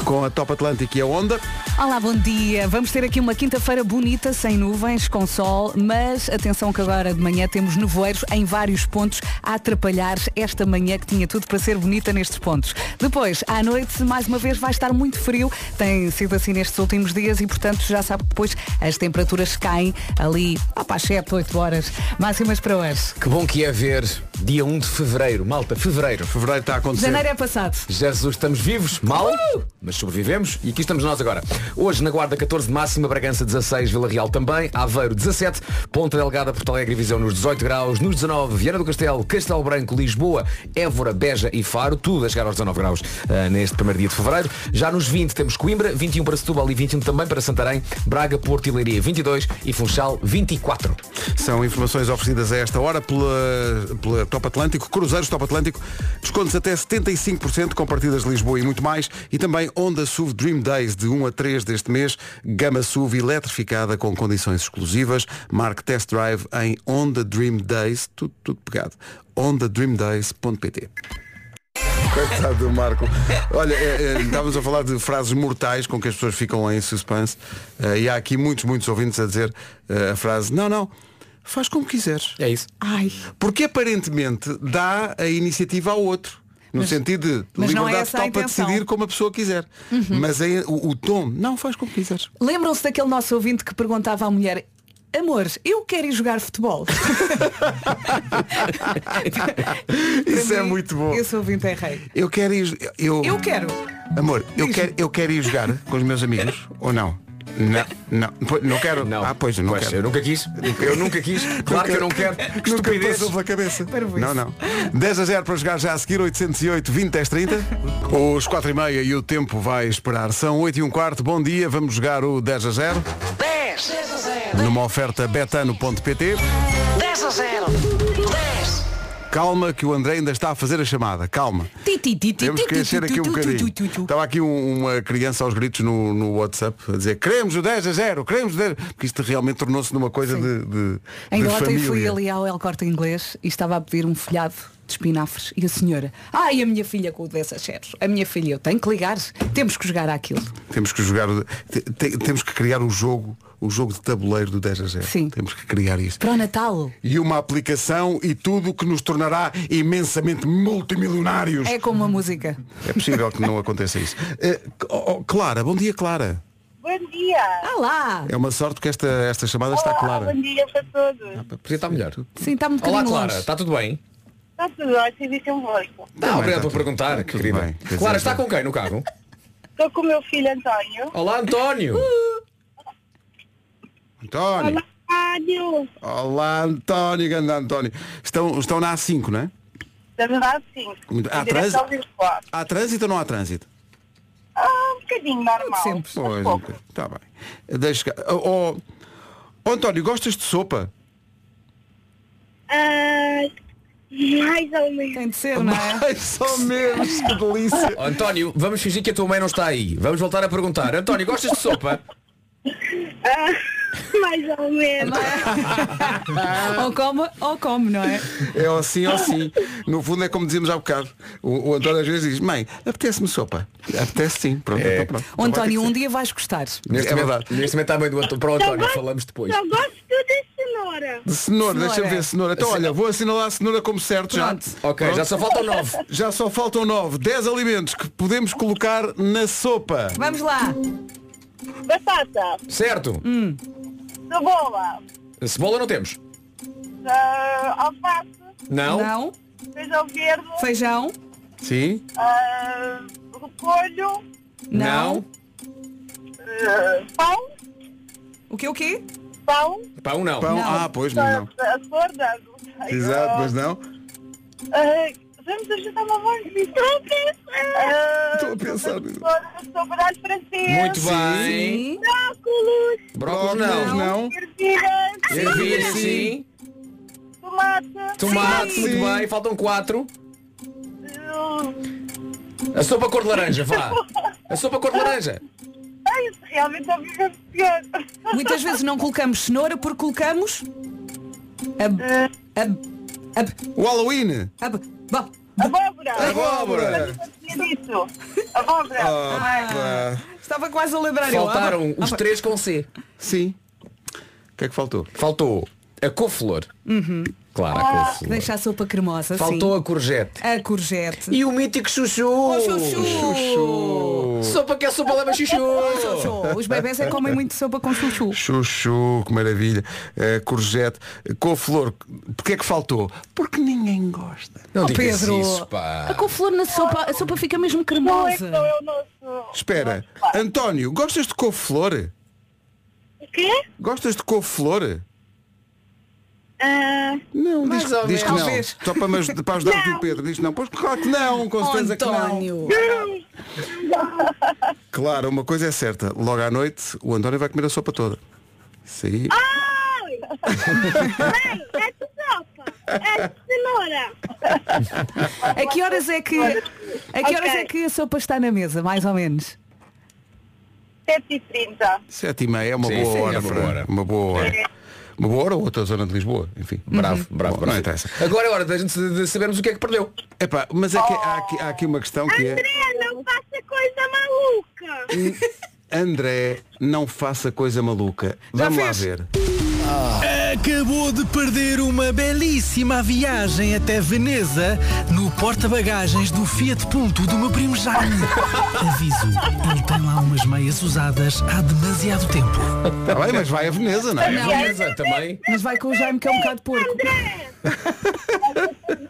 Speaker 4: Com a Top Atlântico e a Onda,
Speaker 1: Olá, bom dia. Vamos ter aqui uma quinta-feira bonita, sem nuvens, com sol, mas atenção que agora de manhã temos nevoeiros em vários pontos a atrapalhar esta manhã que tinha tudo para ser bonita nestes pontos. Depois, à noite, mais uma vez, vai estar muito frio. Tem sido assim nestes últimos dias e, portanto, já sabe que depois as temperaturas caem ali, opa, 7, 8 horas. Máximas para hoje.
Speaker 10: Que bom que é ver dia 1 de fevereiro. Malta, fevereiro.
Speaker 4: fevereiro está a acontecer.
Speaker 1: Janeiro é passado.
Speaker 10: Jesus, estamos vivos, mal, mas sobrevivemos e aqui estamos nós agora. Hoje na Guarda 14 de máxima, Bragança 16, Vila Real também, Aveiro 17, Ponta Delgada, Porto Alegre e Viseu nos 18 graus, nos 19, Viana do Castelo, Castelo Branco, Lisboa, Évora, Beja e Faro, tudo a chegar aos 19 graus ah, neste primeiro dia de fevereiro. Já nos 20 temos Coimbra, 21 para Setúbal e 21 também para Santarém, Braga, Porto e Leiria 22 e Funchal 24.
Speaker 4: São informações oferecidas a esta hora pela, pela Top Atlântico, Cruzeiros Top Atlântico, descontos até 75% com partidas de Lisboa e muito mais, e também Honda SUV Dream Days de 1 a 3 deste mês, gama SUV eletrificada com condições exclusivas, marque test drive em Honda Dream Days, tudo, tudo pegado, hondadreamdays.pt Coitado do Marco. Olha, é, é, estávamos a falar de frases mortais com que as pessoas ficam em suspense. eh, e há aqui muitos, muitos ouvintes a dizer eh, a frase, não, não, faz como quiseres.
Speaker 10: É isso.
Speaker 1: Ai,
Speaker 4: Porque aparentemente dá a iniciativa ao outro. No
Speaker 1: Mas-
Speaker 4: sentido de
Speaker 1: mas não é
Speaker 4: liberdade
Speaker 1: essa a
Speaker 4: total para
Speaker 1: intenção. Uhum.
Speaker 4: decidir como a pessoa quiser. Mas aí o, o tom, não, faz como quiseres.
Speaker 1: Lembram-se daquele nosso ouvinte que perguntava à mulher Amor, eu quero ir jogar futebol.
Speaker 4: Isso é
Speaker 1: mim,
Speaker 4: muito bom.
Speaker 1: Esse ouvinte é rei.
Speaker 4: Eu quero ir. Eu,
Speaker 1: Eu quero.
Speaker 4: Amor, eu quero, eu quero ir jogar com os meus amigos ou não? Não, não, Pois, não quero. Não. Ah, pois, eu não
Speaker 10: Pois,
Speaker 4: quero.
Speaker 10: eu nunca quis. Eu nunca quis. Claro que eu não quero. Que
Speaker 4: Nunca
Speaker 10: estupidez.
Speaker 4: passou pela cabeça. Não, não. 10 a 0 para jogar já a seguir, 808, 20, 10, 30. Os 4 e meia e o tempo vai esperar. São 8 e um quarto, bom dia, vamos jogar o 10 a 0.
Speaker 9: 10
Speaker 4: Numa oferta betano.pt.
Speaker 9: 10 a 0 10
Speaker 4: Calma que o André ainda está a fazer a chamada. Calma. Temos que encher aqui um bocadinho. Estava aqui um- uma criança aos gritos no, no WhatsApp a dizer queremos o 10 a 0, queremos o 10. Porque isto realmente tornou-se numa coisa de, de,
Speaker 1: Ainda
Speaker 4: de
Speaker 1: ontem
Speaker 4: família.
Speaker 1: fui ali ao El Corte Inglês e estava a pedir um folhado de espinafres e a senhora, ai a minha filha com o 10 a 0. A minha filha, eu tenho que ligar, temos que jogar àquilo.
Speaker 4: Temos que jogar, o- te- te- temos que criar o jogo, o jogo de tabuleiro do 10 a 0.
Speaker 1: Sim.
Speaker 4: Temos que criar isso.
Speaker 1: Para o Natal.
Speaker 4: E uma aplicação e tudo que nos tornará imensamente multimilionários.
Speaker 1: É como a música.
Speaker 4: É possível que não aconteça isso. Eh, oh, oh, Clara, bom dia Clara.
Speaker 11: Bom dia!
Speaker 1: Ah lá!
Speaker 4: É uma sorte que esta, esta chamada está clara.
Speaker 11: Bom dia para
Speaker 6: Ah,
Speaker 11: todos.
Speaker 10: Podia estar melhor.
Speaker 1: Sim, está um
Speaker 10: Olá,
Speaker 1: bocadinho
Speaker 10: Clara.
Speaker 1: longe.
Speaker 10: Está tudo bem?
Speaker 11: Está tudo ótimo é um e convosco.
Speaker 10: Não, obrigado
Speaker 4: está
Speaker 10: por perguntar, querida.
Speaker 4: bem. Quer
Speaker 10: Clara,
Speaker 4: dizer,
Speaker 10: está com quem no carro?
Speaker 11: Estou com o meu filho António.
Speaker 10: Olá, António.
Speaker 1: Uh!
Speaker 4: António.
Speaker 11: Rádio!
Speaker 4: Olá António, grande António. Estão, estão na A5, não é?
Speaker 11: Da verdade, sim.
Speaker 4: Muito- há
Speaker 11: Em direção
Speaker 4: trânsito?
Speaker 11: ao Lisboa.
Speaker 4: Há trânsito ou não há trânsito?
Speaker 11: Ah, um bocadinho
Speaker 10: Tá
Speaker 11: normal.
Speaker 1: Sempre.
Speaker 4: Pois,
Speaker 11: pouco.
Speaker 4: está bem. Deixa cá. Oh, oh, oh, António, gostas de sopa?
Speaker 11: Ah, mais ou menos.
Speaker 1: Tem de ser, não é?
Speaker 4: Ai, só menos, que delícia.
Speaker 10: Oh, António, vamos fingir que a tua mãe não está aí. Vamos voltar a perguntar. António, gostas de sopa?
Speaker 11: Ah, mais ou menos.
Speaker 1: ou come, ou come, não é?
Speaker 4: É ou sim ou sim. No fundo é como dizíamos há bocado. O, o António às vezes diz, mãe, apetece-me sopa. Apetece sim, pronto, então pronto.
Speaker 1: O
Speaker 4: Então vai ter
Speaker 1: António,
Speaker 4: que
Speaker 1: um
Speaker 4: ser.
Speaker 1: dia vais gostar.
Speaker 4: É verdade.
Speaker 10: Neste momento está bem do António. Para o
Speaker 11: Só
Speaker 10: António,
Speaker 11: gosto-
Speaker 10: falamos depois.
Speaker 11: Só gosto de cenoura.
Speaker 4: De cenoura,
Speaker 1: Cenoura.
Speaker 4: deixa-me ver cenoura. Então olha, vou assinalar a cenoura como certo já.
Speaker 1: Pronto.
Speaker 10: Ok, já só faltam nove.
Speaker 4: Já só faltam nove, dez alimentos que podemos colocar na sopa.
Speaker 1: Vamos lá!
Speaker 11: Batata.
Speaker 10: Certo?
Speaker 11: Cebola.
Speaker 10: Cebola não temos?
Speaker 11: ah, alface.
Speaker 10: Não.
Speaker 1: Não,
Speaker 11: Feijão verde.
Speaker 1: feijão,
Speaker 4: Sim?
Speaker 11: ah, repolho.
Speaker 1: não.
Speaker 11: ah, pão.
Speaker 1: O que o quê?
Speaker 11: Pão.
Speaker 10: Pão não.
Speaker 4: Pão?
Speaker 1: Não.
Speaker 4: Ah, pois
Speaker 11: Ah,
Speaker 4: não.
Speaker 11: A cor da... não sei.
Speaker 4: Exato,
Speaker 11: Ah,
Speaker 4: pois não.
Speaker 11: Ah, Vamos ajudar uma voz Ah, de Estou a pensar.
Speaker 4: Estou a pensar.
Speaker 11: Sobrado francês.
Speaker 10: Muito bem.
Speaker 1: Sim.
Speaker 11: Brócolos.
Speaker 10: Brócolis
Speaker 4: Brócolis,
Speaker 10: não.
Speaker 4: não.
Speaker 11: Ervilhas.
Speaker 10: Ervilha sim.
Speaker 11: Tomate.
Speaker 10: assim. Tomate,
Speaker 4: Sim.
Speaker 10: muito bem. Faltam quatro.
Speaker 11: eh,
Speaker 10: A sopa cor de laranja, vá. A sopa cor de laranja.
Speaker 11: Ai, isso realmente é um viver pior.
Speaker 1: Muitas vezes não colocamos cenoura porque colocamos. Ab,
Speaker 11: Eh.
Speaker 1: ab, ab,
Speaker 4: O Halloween.
Speaker 1: ab, ba-
Speaker 11: Abóbora.
Speaker 4: Abóbora.
Speaker 11: Eu tinha dito. Abóbora.
Speaker 4: Ah,
Speaker 1: Estava quase a lembrar eu.
Speaker 10: Faltaram
Speaker 1: Ah,
Speaker 10: os três com C.
Speaker 4: Sim. O que é que faltou?
Speaker 10: Faltou a couve-flor.
Speaker 1: Uhum.
Speaker 10: Claro, a
Speaker 1: que
Speaker 10: couve-flor.
Speaker 1: Deixa a sopa cremosa,
Speaker 10: Faltou a courgette.
Speaker 1: sim. A courgette.
Speaker 10: E o mítico chuchu.
Speaker 1: Oh, chuchu.
Speaker 10: Sopa que é sopa leva chuchu.
Speaker 1: Chuchu. Os bebés é que comem muito sopa com chuchu.
Speaker 4: Chuchu, que maravilha. Eh, courgette. Couve-flor. Porquê é que faltou? Porque ninguém gosta.
Speaker 10: Não
Speaker 1: Oh,
Speaker 10: digas
Speaker 1: Pedro,
Speaker 10: isso,
Speaker 1: a
Speaker 10: pá.
Speaker 1: couve-flor na sopa, a sopa fica mesmo
Speaker 11: Não é que sou
Speaker 1: cremosa.
Speaker 11: eu nosso.
Speaker 4: Espera.
Speaker 11: nosso pai.
Speaker 4: António, gostas de couve-flor?
Speaker 11: O quê?
Speaker 4: Gostas de couve-flor?
Speaker 11: Ah,
Speaker 4: Não, diz,
Speaker 1: ou
Speaker 4: diz que
Speaker 1: menos.
Speaker 4: não.
Speaker 1: Talvez.
Speaker 4: Só para, me aj- para ajudar o teu Pedro. Diz que não. Pois claro que não, com certeza que não.
Speaker 1: António.
Speaker 4: Claro, uma coisa é certa. Logo à noite, o António vai comer a sopa toda. Isso aí.
Speaker 11: Ai! Mãe, é de sopa. É de cenoura.
Speaker 1: A que horas é que a que horas
Speaker 11: Ok.
Speaker 1: é que a sopa está na mesa, mais ou menos?
Speaker 10: é
Speaker 11: 7h30.
Speaker 4: Sete e meia é uma
Speaker 10: Sim,
Speaker 4: boa
Speaker 10: sim, é
Speaker 4: hora.
Speaker 10: uma
Speaker 4: para-
Speaker 10: boa hora. É.
Speaker 4: Uma boa hora. Uma boa hora ou outra zona de Lisboa, enfim.
Speaker 10: Bravo, bravo,
Speaker 4: Bom,
Speaker 10: bravo.
Speaker 4: Não interessa.
Speaker 10: Agora é hora da gente de sabermos o que é que perdeu.
Speaker 4: Epá, mas é que há aqui, há aqui uma questão que é
Speaker 11: André, não faça coisa maluca.
Speaker 4: André, não faça coisa maluca. Vamos lá ver.
Speaker 12: Acabou de perder uma belíssima viagem até Veneza no porta-bagagens do Fiat Punto do meu primo Jaime. Aviso, ele tem lá umas meias usadas há demasiado tempo.
Speaker 4: Está Tá bem, mas vai a Veneza, não é?
Speaker 12: Não. Veneza
Speaker 10: também.
Speaker 8: Mas vai com o Jaime que é um bocado porco.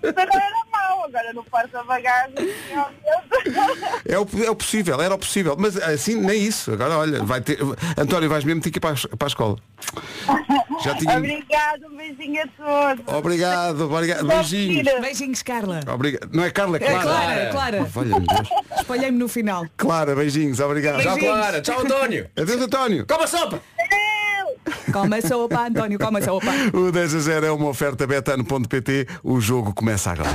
Speaker 11: Agora era mau, agora no porta-bagagens. meu Deus.
Speaker 4: É o, é o possível, era o possível. Mas assim, nem isso. Agora, olha, vai ter. António, vais mesmo ter que ir para a, es- para a escola. Já tinha-
Speaker 11: Obrigado, um beijinho a todos.
Speaker 4: Obrigado, obrigado. Beijinhos.
Speaker 1: Beijinhos, Carla.
Speaker 4: Obrigado. Não é Carla, é
Speaker 1: É
Speaker 4: Clara.
Speaker 1: Clara, Clara.
Speaker 4: Valha-me Deus.
Speaker 1: Espalhei-me no final.
Speaker 4: Clara, beijinhos, obrigado.
Speaker 1: Beijinhos. Tchau, Clara. Tchau, António.
Speaker 4: Adeus, António.
Speaker 10: Coma sopa!
Speaker 1: Calma, sou opa, António, calma, sou opa.
Speaker 4: O 10 a 0 é uma oferta betano.pt. O jogo começa agora.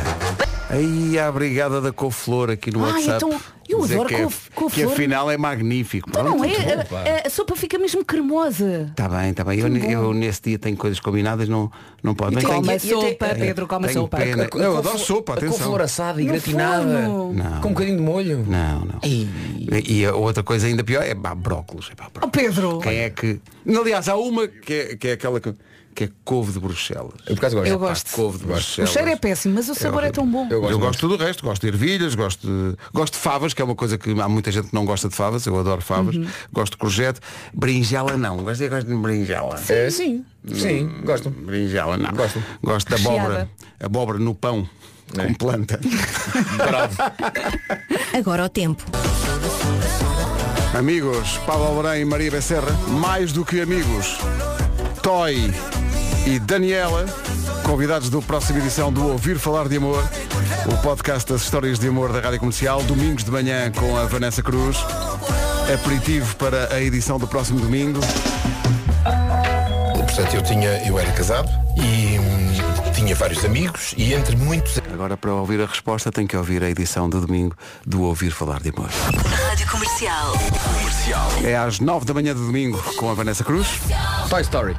Speaker 4: Aí a brigada da couve-flor aqui no
Speaker 8: Ai,
Speaker 4: WhatsApp.
Speaker 8: então, eu
Speaker 4: dizer
Speaker 8: adoro
Speaker 4: que, é-
Speaker 8: couve- couve-flor.
Speaker 4: que afinal é magnífico.
Speaker 8: Então não
Speaker 4: Pronto,
Speaker 8: é?
Speaker 4: tudo bem.
Speaker 8: A, a- a sopa fica mesmo cremosa.
Speaker 4: Está bem, está bem. Eu,
Speaker 8: Tão bom.
Speaker 4: eu nesse dia tenho coisas combinadas, não, não pode.
Speaker 8: E
Speaker 4: Mas
Speaker 8: tem-
Speaker 4: tenho-
Speaker 8: Coma
Speaker 4: eu tenho-
Speaker 8: sopa, Pedro, coma
Speaker 4: tenho
Speaker 8: sopa.
Speaker 4: pena.
Speaker 8: A co-
Speaker 4: É, Eu
Speaker 8: a
Speaker 4: adoro
Speaker 8: couve-
Speaker 4: sopa,
Speaker 8: a
Speaker 4: atenção.
Speaker 8: couve-flor assada e No gratinada,
Speaker 4: Não.
Speaker 10: com um bocadinho de molho.
Speaker 4: Não, não. E, a outra coisa ainda pior é pá, brócolos. é pá,
Speaker 1: Oh, Pedro.
Speaker 4: Quem é que. Aliás, há uma que é, que é aquela que, que é couve de Bruxelas. Eu por
Speaker 10: acaso
Speaker 1: gosto. Eu gosto.
Speaker 4: Couve de
Speaker 1: O
Speaker 4: Bruxelas.
Speaker 1: cheiro é péssimo, mas o sabor é, tão bom.
Speaker 4: Eu gosto, de tudo o resto, gosto de ervilhas, gosto de, gosto de favas, que é uma coisa que há muita gente que não gosta de favas, eu adoro favas,
Speaker 1: Uhum.
Speaker 4: gosto de courgette, berinjela não, gosto de, gosto de berinjela.
Speaker 10: Sim, É, sim. sim, gosto.
Speaker 4: Berinjela não. Gosto. Gosto da
Speaker 10: Recheada.
Speaker 4: abóbora, abóbora no pão, com planta.
Speaker 13: Agora o tempo.
Speaker 4: Amigos, Pablo Alborém e Maria Becerra, mais do que amigos, Toy e Daniela, convidados do próxima edição do Ouvir Falar de Amor, o podcast das histórias de amor da Rádio Comercial, domingos de manhã com a Vanessa Cruz, aperitivo para a edição do próximo domingo.
Speaker 14: Portanto, eu tinha, eu era casado e hum, tinha vários amigos e entre muitos
Speaker 4: Agora para ouvir a resposta tem que ouvir a edição do domingo do Ouvir Falar de Amor.
Speaker 9: Rádio Comercial. Comercial.
Speaker 4: É às 9 da manhã de domingo com a Vanessa Cruz.
Speaker 10: Toy Story.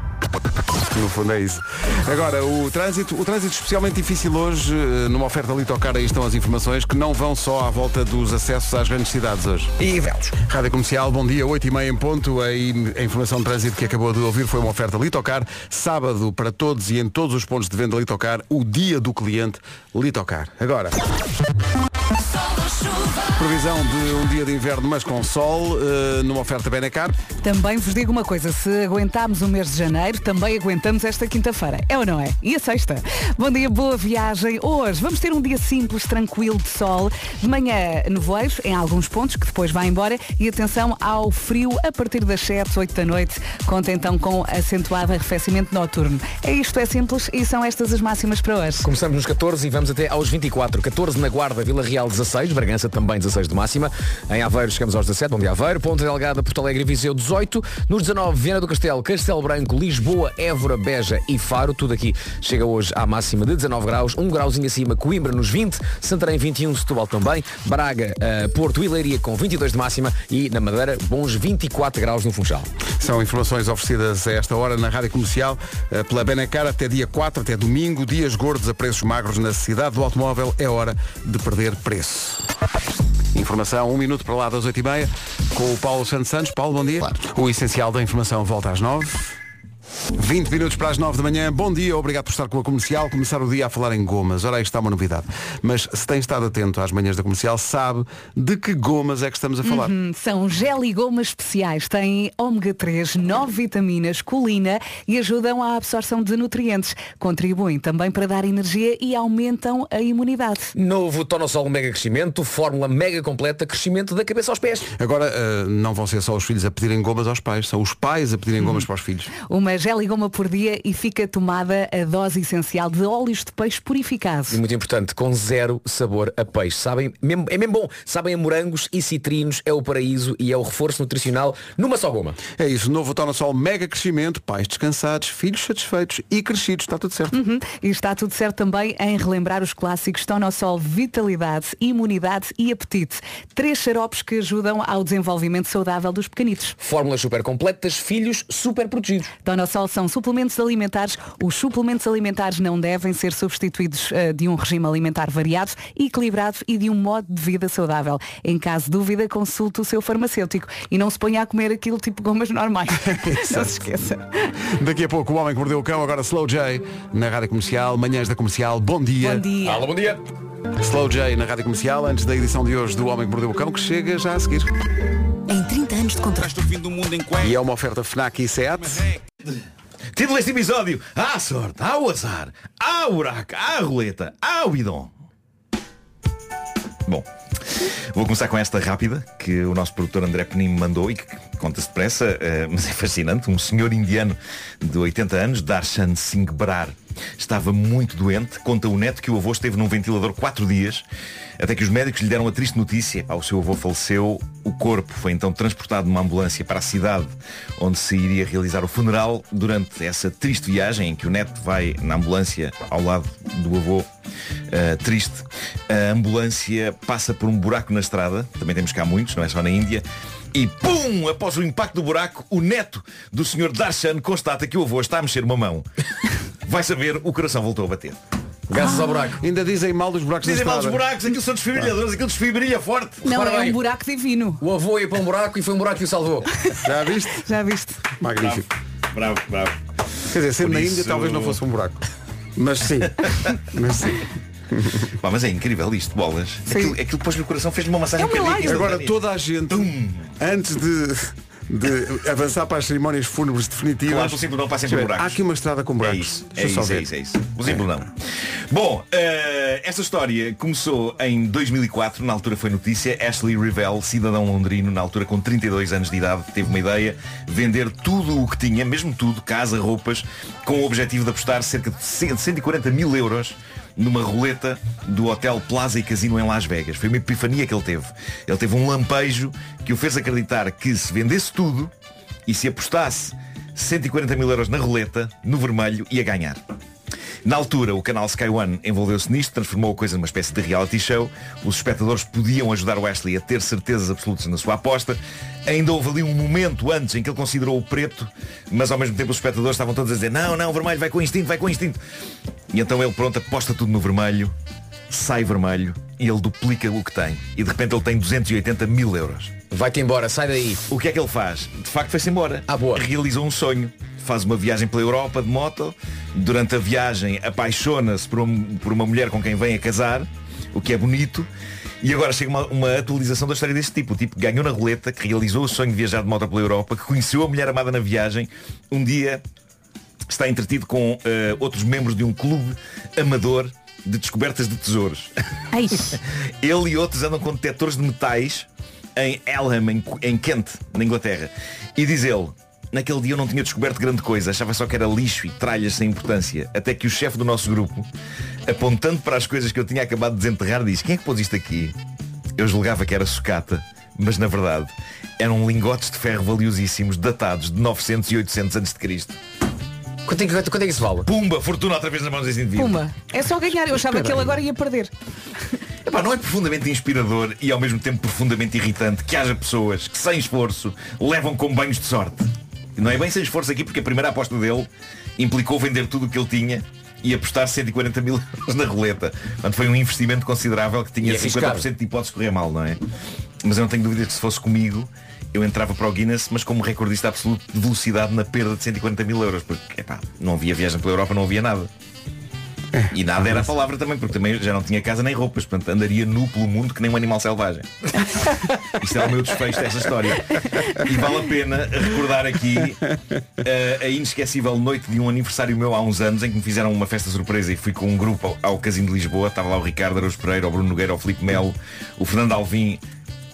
Speaker 4: No fundo é isso. Agora, o trânsito, o trânsito especialmente difícil hoje, eh, numa oferta Litocar, aí estão as informações, que não vão só à volta dos acessos às grandes cidades hoje.
Speaker 3: E velos.
Speaker 4: Rádio Comercial, bom dia, 8h30 em ponto. A, in- a informação de trânsito que acabou de ouvir foi uma oferta Litocar. Sábado, para todos e em todos os pontos de venda Litocar, o dia do cliente Litocar. Agora. Previsão de um dia de inverno, mas com sol, eh, numa oferta Benacar.
Speaker 1: Também vos digo uma coisa, se aguentámos o mês de janeiro, também aguentamos esta quinta-feira. É ou não é? E a sexta? Bom dia, boa viagem. Hoje vamos ter um dia simples, tranquilo, de sol. De manhã, nevoeiros, em alguns pontos, que depois vai embora. E atenção ao frio a partir das 7, 8 da noite. Conta então com acentuado arrefecimento noturno. É isto, é simples e são estas as máximas para hoje.
Speaker 10: Começamos nos 14 e vamos até aos 24. 14 na Guarda, Vila Real 16, Bragança também 16 de máxima. Em Aveiro chegamos aos 17, bom dia Aveiro. Ponta Delgada, Porto Alegre e Viseu 18. Nos 19, Viana do Castelo, Castelo Branco, Lisboa, Évora, Beja e Faro. Tudo aqui chega hoje à máxima de 19 graus. 1 grauzinho acima, Coimbra nos 20, Santarém 21, Setúbal também, Braga, eh, Porto e Leiria com 22 de máxima e na Madeira bons 24 graus no Funchal.
Speaker 4: São informações oferecidas a esta hora na Rádio Comercial eh, pela Benacar até dia 4, até domingo. Dias gordos a preços magros na cidade do automóvel. É hora de perder preço. Informação, um minuto para lá das 8h30 com o Paulo Santos Santos. Paulo, bom dia. O essencial da informação volta às 9 20 minutos para as 9 da manhã. Bom dia, obrigado por estar com a comercial. Começar o dia a falar em gomas. Ora, aí está uma novidade. Mas se tem estado atento às manhãs da comercial, sabe de que gomas é que estamos a falar.
Speaker 1: Uhum, são gel e gomas especiais. Têm ômega 3, 9 vitaminas, colina e ajudam à absorção de nutrientes. Contribuem também para dar energia e aumentam a imunidade.
Speaker 10: um Novo Tonosol Mega Crescimento, fórmula mega completa, crescimento da cabeça aos pés.
Speaker 4: Agora, eh, não vão ser só os filhos a pedirem gomas aos pais, são os pais a
Speaker 13: Uhum.
Speaker 4: pedirem gomas para os filhos.
Speaker 1: Uma gel e goma por dia e fica tomada a dose essencial de óleos de peixe purificados.
Speaker 10: E muito importante, com zero sabor a peixe. Sabem, mesmo- é mesmo bom. Sabem a morangos e citrinos, é o paraíso e é o reforço nutricional numa só goma.
Speaker 4: É isso, novo Tonosol Mega Crescimento, pais descansados, filhos satisfeitos e crescidos, está tudo certo.
Speaker 1: Uhum. E está tudo certo também em relembrar os clássicos Tonosol Vitalidade, Imunidade e Apetite. Três xaropes que ajudam ao desenvolvimento saudável dos pequenitos.
Speaker 10: Fórmulas super completas, filhos super protegidos.
Speaker 1: Tonosol Inossol são suplementos alimentares. Os suplementos alimentares não devem ser substituídos eh, de um regime alimentar variado, equilibrado e de um modo de vida saudável. Em caso de dúvida, consulte o seu farmacêutico e não se ponha a comer aquilo tipo gomas normais. não se esqueça.
Speaker 4: Daqui a pouco o Homem que Mordeu o Cão, agora Slow J na Rádio Comercial, manhãs da Comercial, bom dia. Bom
Speaker 1: dia.
Speaker 4: Alô, bom dia. Slow J na Rádio Comercial, antes da edição de hoje do Homem que Mordeu o Cão, que chega já a seguir.
Speaker 9: Em 30 anos de contrato.
Speaker 4: E é uma oferta FNAC e 7.
Speaker 13: Título deste episódio Há sorte, há o azar, há o buraco, há a roleta, há o bidon Bom, vou começar com esta rápida Que o nosso produtor André Penin me mandou E que conta-se depressa, eh, mas é fascinante Um senhor indiano de 80 anos Darshan Singh Brar Estava muito doente Conta o neto que o avô esteve num ventilador 4 dias Até que os médicos lhe deram a triste notícia Ao seu avô faleceu O corpo foi então transportado numa ambulância para a cidade Onde se iria realizar o funeral Durante essa triste viagem Em que o neto vai na ambulância Ao lado do avô Uh, triste. A ambulância passa por um buraco na estrada, também temos cá muitos, não é só na Índia. E pum! Após o impacto do buraco, o neto do senhor Darshan constata que o avô está a mexer uma mão. Vai saber, o coração voltou a bater.
Speaker 4: Graças
Speaker 1: Ah.
Speaker 4: ao buraco. Ainda dizem mal dos buracos
Speaker 13: Dizem
Speaker 4: da
Speaker 13: mal dos
Speaker 4: estrada.
Speaker 13: buracos, aquilo são desfibrilhadores, aquilo desfibrilha forte.
Speaker 1: Não,
Speaker 13: Repara
Speaker 1: é
Speaker 13: bem.
Speaker 1: um buraco divino.
Speaker 10: O avô ia para um buraco e foi um buraco que o salvou.
Speaker 4: Já viste?
Speaker 1: Já viste.
Speaker 4: Magnífico.
Speaker 13: Bravo, bravo.
Speaker 4: Quer dizer, sendo
Speaker 13: Por
Speaker 4: na
Speaker 13: isso-
Speaker 4: Índia talvez não fosse um buraco. Mas sim. Mas sim.
Speaker 13: Pá, mas é incrível isto, bolas. Aquilo, aquilo depois no coração fez-me uma massagem cardíaca.
Speaker 4: Agora toda a gente, antes de, de avançar para as cerimónias fúnebres definitivas.
Speaker 13: Claro, o símbolo não passa entre
Speaker 4: espera,
Speaker 13: buracos.
Speaker 4: Há aqui uma estrada com buracos. Deixa
Speaker 13: É
Speaker 4: eu só
Speaker 13: isso,
Speaker 4: ver.
Speaker 13: é isso, é isso. O símbolo não. Bom, eh, esta história começou em 2004, na altura foi notícia, Ashley Revell, cidadão londrino, na altura com 32 anos de idade, teve uma ideia, vender tudo o que tinha, mesmo tudo, casa, roupas, com o objetivo de apostar cerca de 100 140 mil euros numa roleta do Hotel Plaza e Casino em Las Vegas. Foi uma epifania que ele teve. Ele teve um lampejo que o fez acreditar que se vendesse tudo e se apostasse 140 mil euros na roleta, no vermelho, ia ganhar. Na altura, o canal Sky One envolveu-se nisto, transformou a coisa numa espécie de reality show. Os espectadores podiam ajudar o Ashley a ter certezas absolutas na sua aposta. Ainda houve ali um momento antes em que ele considerou o preto, mas ao mesmo tempo os espectadores estavam todos a dizer não, não, vermelho, vai com o instinto, vai com o instinto. E então ele, pronto, aposta tudo no vermelho, sai vermelho e ele duplica o que tem. E de repente ele tem 280 mil euros.
Speaker 10: Vai-te embora, sai daí.
Speaker 13: O que é que ele faz? De facto foi-se embora. Ah, boa. Realizou um sonho. Faz uma viagem pela Europa de moto. Durante a viagem apaixona-se por, um- por uma mulher com quem vem a casar, o que é bonito. E agora chega uma, uma atualização da história deste tipo. O tipo que ganhou na roleta, que realizou o sonho de viajar de moto pela Europa, que conheceu a mulher amada na viagem. Um dia está entretido com eh, outros membros de um clube amador de descobertas de tesouros. Ele e outros andam com detectores de metais em Elham, em, em Kent, na Inglaterra. E diz ele, naquele dia eu não tinha descoberto grande coisa, achava só que era lixo e tralhas sem importância. Até que o chefe do nosso grupo, apontando para as coisas que eu tinha acabado de desenterrar, diz, quem é que pôs isto aqui? Eu julgava que era sucata, mas na verdade eram lingotes de ferro valiosíssimos datados de 900 e 800 antes de Cristo.
Speaker 10: Quanto é, que, quanto é que isso vale?
Speaker 13: Pumba, fortuna outra vez nas mãos desse indivíduo.
Speaker 1: Pumba. É só ganhar. Eu achava
Speaker 13: Espera
Speaker 1: que ele
Speaker 13: aí.
Speaker 1: agora ia perder.
Speaker 13: Epá, não é profundamente inspirador e ao mesmo tempo profundamente irritante que haja pessoas que sem esforço levam com banhos de sorte. Não é bem sem esforço aqui porque a primeira aposta dele implicou vender tudo o que ele tinha e apostar 140 mil euros na roleta. Portanto, foi um investimento considerável que tinha
Speaker 10: E é arriscado.
Speaker 13: 50% de hipótese de correr mal, não é? Mas eu não tenho dúvidas que se fosse comigo, eu entrava para o Guinness, mas como recordista absoluto de velocidade na perda de 140 mil euros, porque epá, não havia viagem pela Europa, não havia nada. E nada era a palavra também, porque também já não tinha casa nem roupas, portanto andaria nu pelo mundo que nem um animal selvagem. Isto é o meu desfecho dessa história. E vale a pena recordar aqui eh, a inesquecível noite de um aniversário meu há uns anos em que me fizeram uma festa surpresa e fui com um grupo ao, ao Casino de Lisboa. Estava lá o Ricardo Araújo Pereira, o Bruno Nogueira, o Filipe Melo, o Fernando Alvim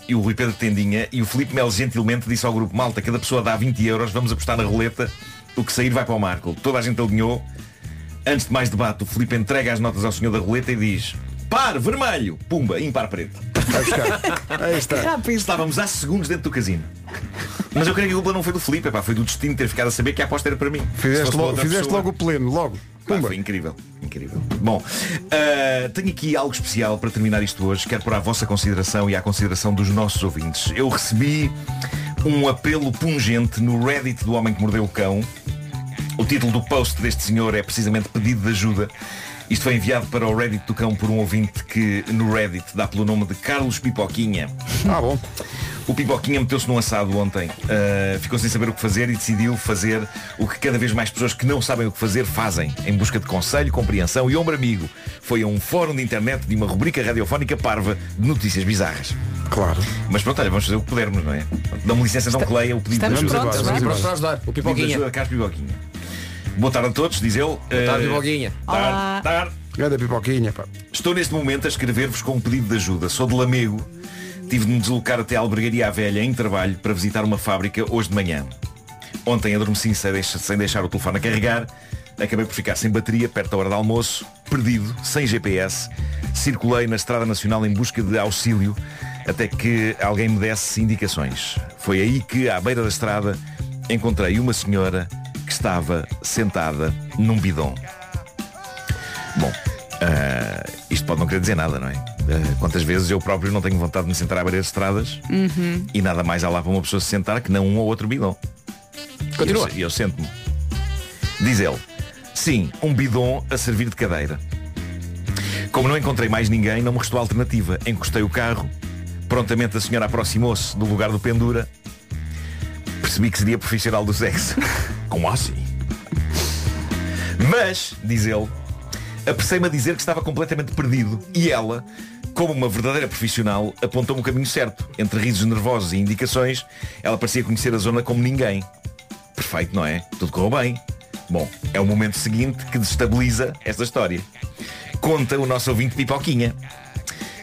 Speaker 13: e o Rui Pedro Tendinha. E o Filipe Melo gentilmente disse ao grupo, malta, cada pessoa dá 20 euros, vamos apostar na roleta, o que sair vai para o Marco. Toda a gente alinhou. Antes de mais debate, o Filipe entrega as notas ao senhor da roleta e diz Par vermelho, pumba, impar preto. Aí
Speaker 4: está.
Speaker 1: Rápido.
Speaker 13: Estávamos há segundos dentro do casino. Mas eu creio que a culpa não foi do Filipe, epá, foi do destino ter ficado a saber que a aposta era para mim. Se fosse
Speaker 4: Fizeste,
Speaker 13: para
Speaker 4: logo,
Speaker 13: outra
Speaker 4: fizeste
Speaker 13: pessoa- Tá
Speaker 4: logo o pleno, logo.
Speaker 13: Pá, foi incrível, incrível. Bom, ah, tenho aqui algo especial para terminar isto hoje, quero pôr à vossa consideração e à consideração dos nossos ouvintes. Eu recebi um apelo pungente no Reddit do Homem que Mordeu o Cão O título do post deste senhor é precisamente pedido de ajuda. Isto foi enviado para o Reddit do Cão por um ouvinte que no Reddit dá pelo nome de Carlos Pipoquinha.
Speaker 4: Ah, bom.
Speaker 13: O Pipoquinha meteu-se num assado ontem. Uh, ficou sem saber o que fazer e decidiu fazer o que cada vez mais pessoas que não sabem o que fazer fazem, em busca de conselho, compreensão e ombro amigo. Foi a um fórum de internet de uma rubrica radiofónica parva de notícias bizarras.
Speaker 4: Claro.
Speaker 13: Mas pronto, olha, vamos fazer o que pudermos, não é? Dá-me licença, não que leia o pedido
Speaker 10: estamos
Speaker 13: de ajuda.
Speaker 10: prontos, Vamos embora, vamos vamos embora. embora. O Pipoquinha.
Speaker 13: Pedido de ajuda, Carlos Pipoquinha. Boa tarde a todos, diz ele. Boa
Speaker 10: tarde, Pipoquinha. Olá.
Speaker 13: Tarde, tarde.
Speaker 4: Grande pipoquinha, pá.
Speaker 13: Estou neste momento a escrever-vos com um pedido de ajuda. Sou de Lamego. Tive de me deslocar até a Albergaria à Velha, em trabalho, para visitar uma fábrica hoje de manhã. Ontem adormeci sem deix- sem deixar o telefone a carregar. Acabei por ficar sem bateria, perto da hora de almoço, perdido, sem GPS. Circulei na Estrada Nacional em busca de auxílio, até que alguém me desse indicações. Foi aí que, à beira da estrada, encontrei uma senhora que estava sentada num bidon. Bom, ah, isto pode não querer dizer nada, não é? Ah, quantas vezes eu próprio não tenho vontade de me sentar à beira de estradas
Speaker 15: Uhum.
Speaker 13: e nada mais há lá para uma pessoa se sentar que não um ou outro bidon.
Speaker 10: Continua.
Speaker 13: E eu, e eu sento-me. Diz ele, sim, um bidon a servir de cadeira. Como não encontrei mais ninguém, não me restou alternativa. Encostei o carro, prontamente a senhora aproximou-se do lugar do pendura. Percebi que seria profissional do sexo. Como assim? Mas, diz ele, apressei-me a dizer que estava completamente perdido e ela, como uma verdadeira profissional, apontou-me o caminho certo. Entre risos nervosos e indicações, ela parecia conhecer a zona como ninguém. Perfeito, não é? Tudo correu bem. Bom, é o momento seguinte que destabiliza esta história. Conta o nosso ouvinte Pipoquinha.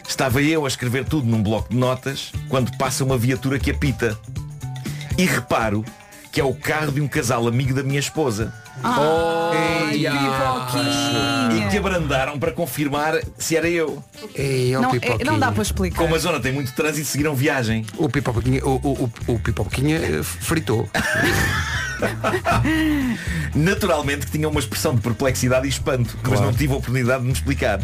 Speaker 13: Estava eu a escrever tudo num bloco de notas quando passa uma viatura que apita. E reparo que é o carro de um casal amigo da minha esposa.
Speaker 9: Ai,
Speaker 13: Eia.
Speaker 9: Pipoquinha.
Speaker 1: Ah.
Speaker 13: E que abrandaram para confirmar se era eu.
Speaker 1: ó, Não, é- Pipoquinha. não dá para explicar.
Speaker 13: um Como a zona tem muito trânsito, seguiram viagem.
Speaker 4: O Pipoquinha, o, o, o, o Pipoquinha eh, fritou.
Speaker 13: Naturalmente que tinha uma expressão de perplexidade e espanto, mas não tive a oportunidade de me explicar.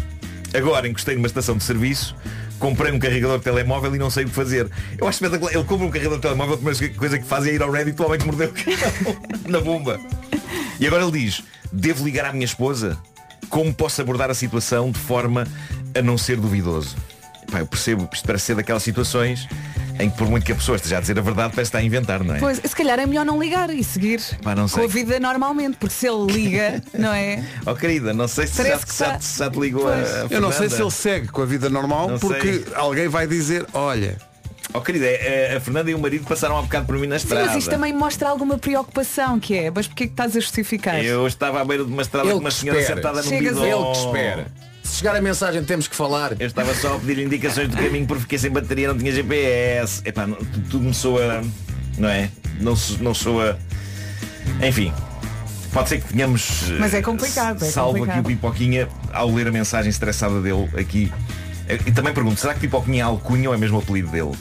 Speaker 13: Agora encostei numa estação de serviço, comprei um carregador de telemóvel e não sei o que fazer. Eu acho espetacular. Ele compra um carregador de telemóvel, a primeira coisa que faz é ir ao Reddit, o homem que mordeu o cão na bomba. E agora ele diz, devo ligar à minha esposa? Como posso abordar a situação de forma a não ser duvidoso? Pá, eu percebo, isto parece ser daquelas situações em que por muito que a pessoa esteja a dizer a verdade, parece estar a inventar, não é?
Speaker 1: Pois, se calhar é melhor não ligar e seguir
Speaker 13: Pá, não
Speaker 1: com
Speaker 13: sei.
Speaker 1: a vida normalmente, porque se ele liga, não é?
Speaker 13: Oh querida, não sei se já,
Speaker 1: Parece que
Speaker 13: já-
Speaker 1: tá-
Speaker 13: já te ligou a
Speaker 1: Pois.
Speaker 4: Eu não sei se ele segue com a vida normal
Speaker 13: Não
Speaker 4: porque
Speaker 13: sei.
Speaker 4: alguém vai dizer, olha.
Speaker 13: Oh querida, é- é- a Fernanda e o marido passaram há bocado por mim na
Speaker 1: Sim,
Speaker 13: estrada.
Speaker 1: mas isto também mostra alguma preocupação que é, mas porquê que estás a justificar?
Speaker 13: Eu estava à beira de uma estrada
Speaker 1: Ele
Speaker 13: com uma
Speaker 1: que
Speaker 13: senhora
Speaker 1: espera.
Speaker 13: sentada num
Speaker 1: Chegas
Speaker 13: bidon.
Speaker 1: a- Ele
Speaker 10: que espera.
Speaker 13: Se chegar a mensagem temos que falar. Eu estava só a pedir indicações do caminho porque fiquei sem bateria, não tinha GPS. Epá, não- tu- tudo me soa. Não é? Não, so- não soa. Enfim. Pode ser que tenhamos. eh,
Speaker 1: Mas é complicado, é
Speaker 13: salvo
Speaker 1: complicado.
Speaker 13: aqui o Pipoquinha ao ler a mensagem estressada dele aqui. Eh, E também pergunto, será que Pipoquinha é alcunha ou é mesmo o apelido dele?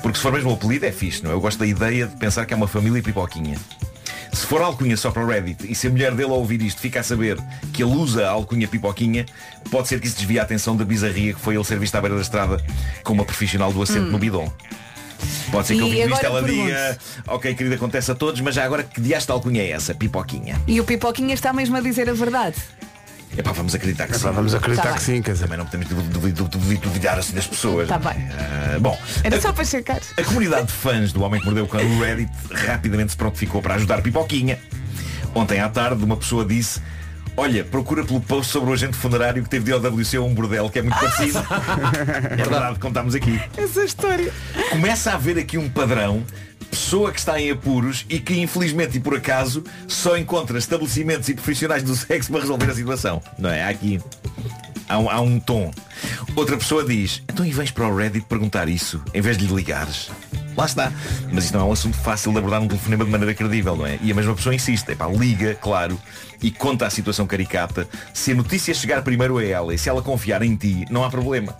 Speaker 13: Porque se for mesmo o apelido é fixe, não é? Eu gosto da ideia de pensar que é uma família Pipoquinha. Se for alcunha só para o Reddit e se a mulher dele ao ouvir isto fica a saber que ele usa a alcunha Pipoquinha, pode ser que isso desvie a atenção da bizarria que foi ele ser visto à beira da estrada com uma profissional do assento
Speaker 1: Hum.
Speaker 13: no bidon. Pode ser que
Speaker 1: E
Speaker 13: ouvindo isto
Speaker 1: agora
Speaker 13: ela
Speaker 1: pergunto.
Speaker 13: diga, ok querida, acontece a todos, mas já agora que diaste alcunha é essa? Pipoquinha.
Speaker 1: E o Pipoquinha está mesmo a dizer a verdade.
Speaker 13: Epá, vamos acreditar que sim.
Speaker 4: vamos acreditar
Speaker 1: Tá que bem.
Speaker 13: sim, quer Também não podemos duvi- duvi- duvi- duvidar assim das pessoas.
Speaker 1: Está Tá bem.
Speaker 13: Ah, bom,
Speaker 1: Era só para checar.
Speaker 13: a comunidade de fãs do Homem que Mordeu o Cão no Reddit rapidamente se prontificou para ajudar Pipoquinha. Ontem à tarde uma pessoa disse Olha, procura pelo post sobre o agente funerário que teve de OWC a um bordel, que é muito parecido. é verdade, contámos aqui.
Speaker 1: Essa história.
Speaker 13: Começa a haver aqui um padrão Pessoa que está em apuros e que infelizmente e por acaso Só encontra estabelecimentos e profissionais do sexo Para resolver a situação Não é? Há aqui Há um, há um tom Outra pessoa diz Então e vens para o Reddit perguntar isso Em vez de lhe ligares Lá está Mas isto não é um assunto fácil de abordar num telefonema de maneira credível Não é? E a mesma pessoa insiste Epá, Liga, claro E conta a situação caricata Se a notícia chegar primeiro a ela E se ela confiar em ti Não há problema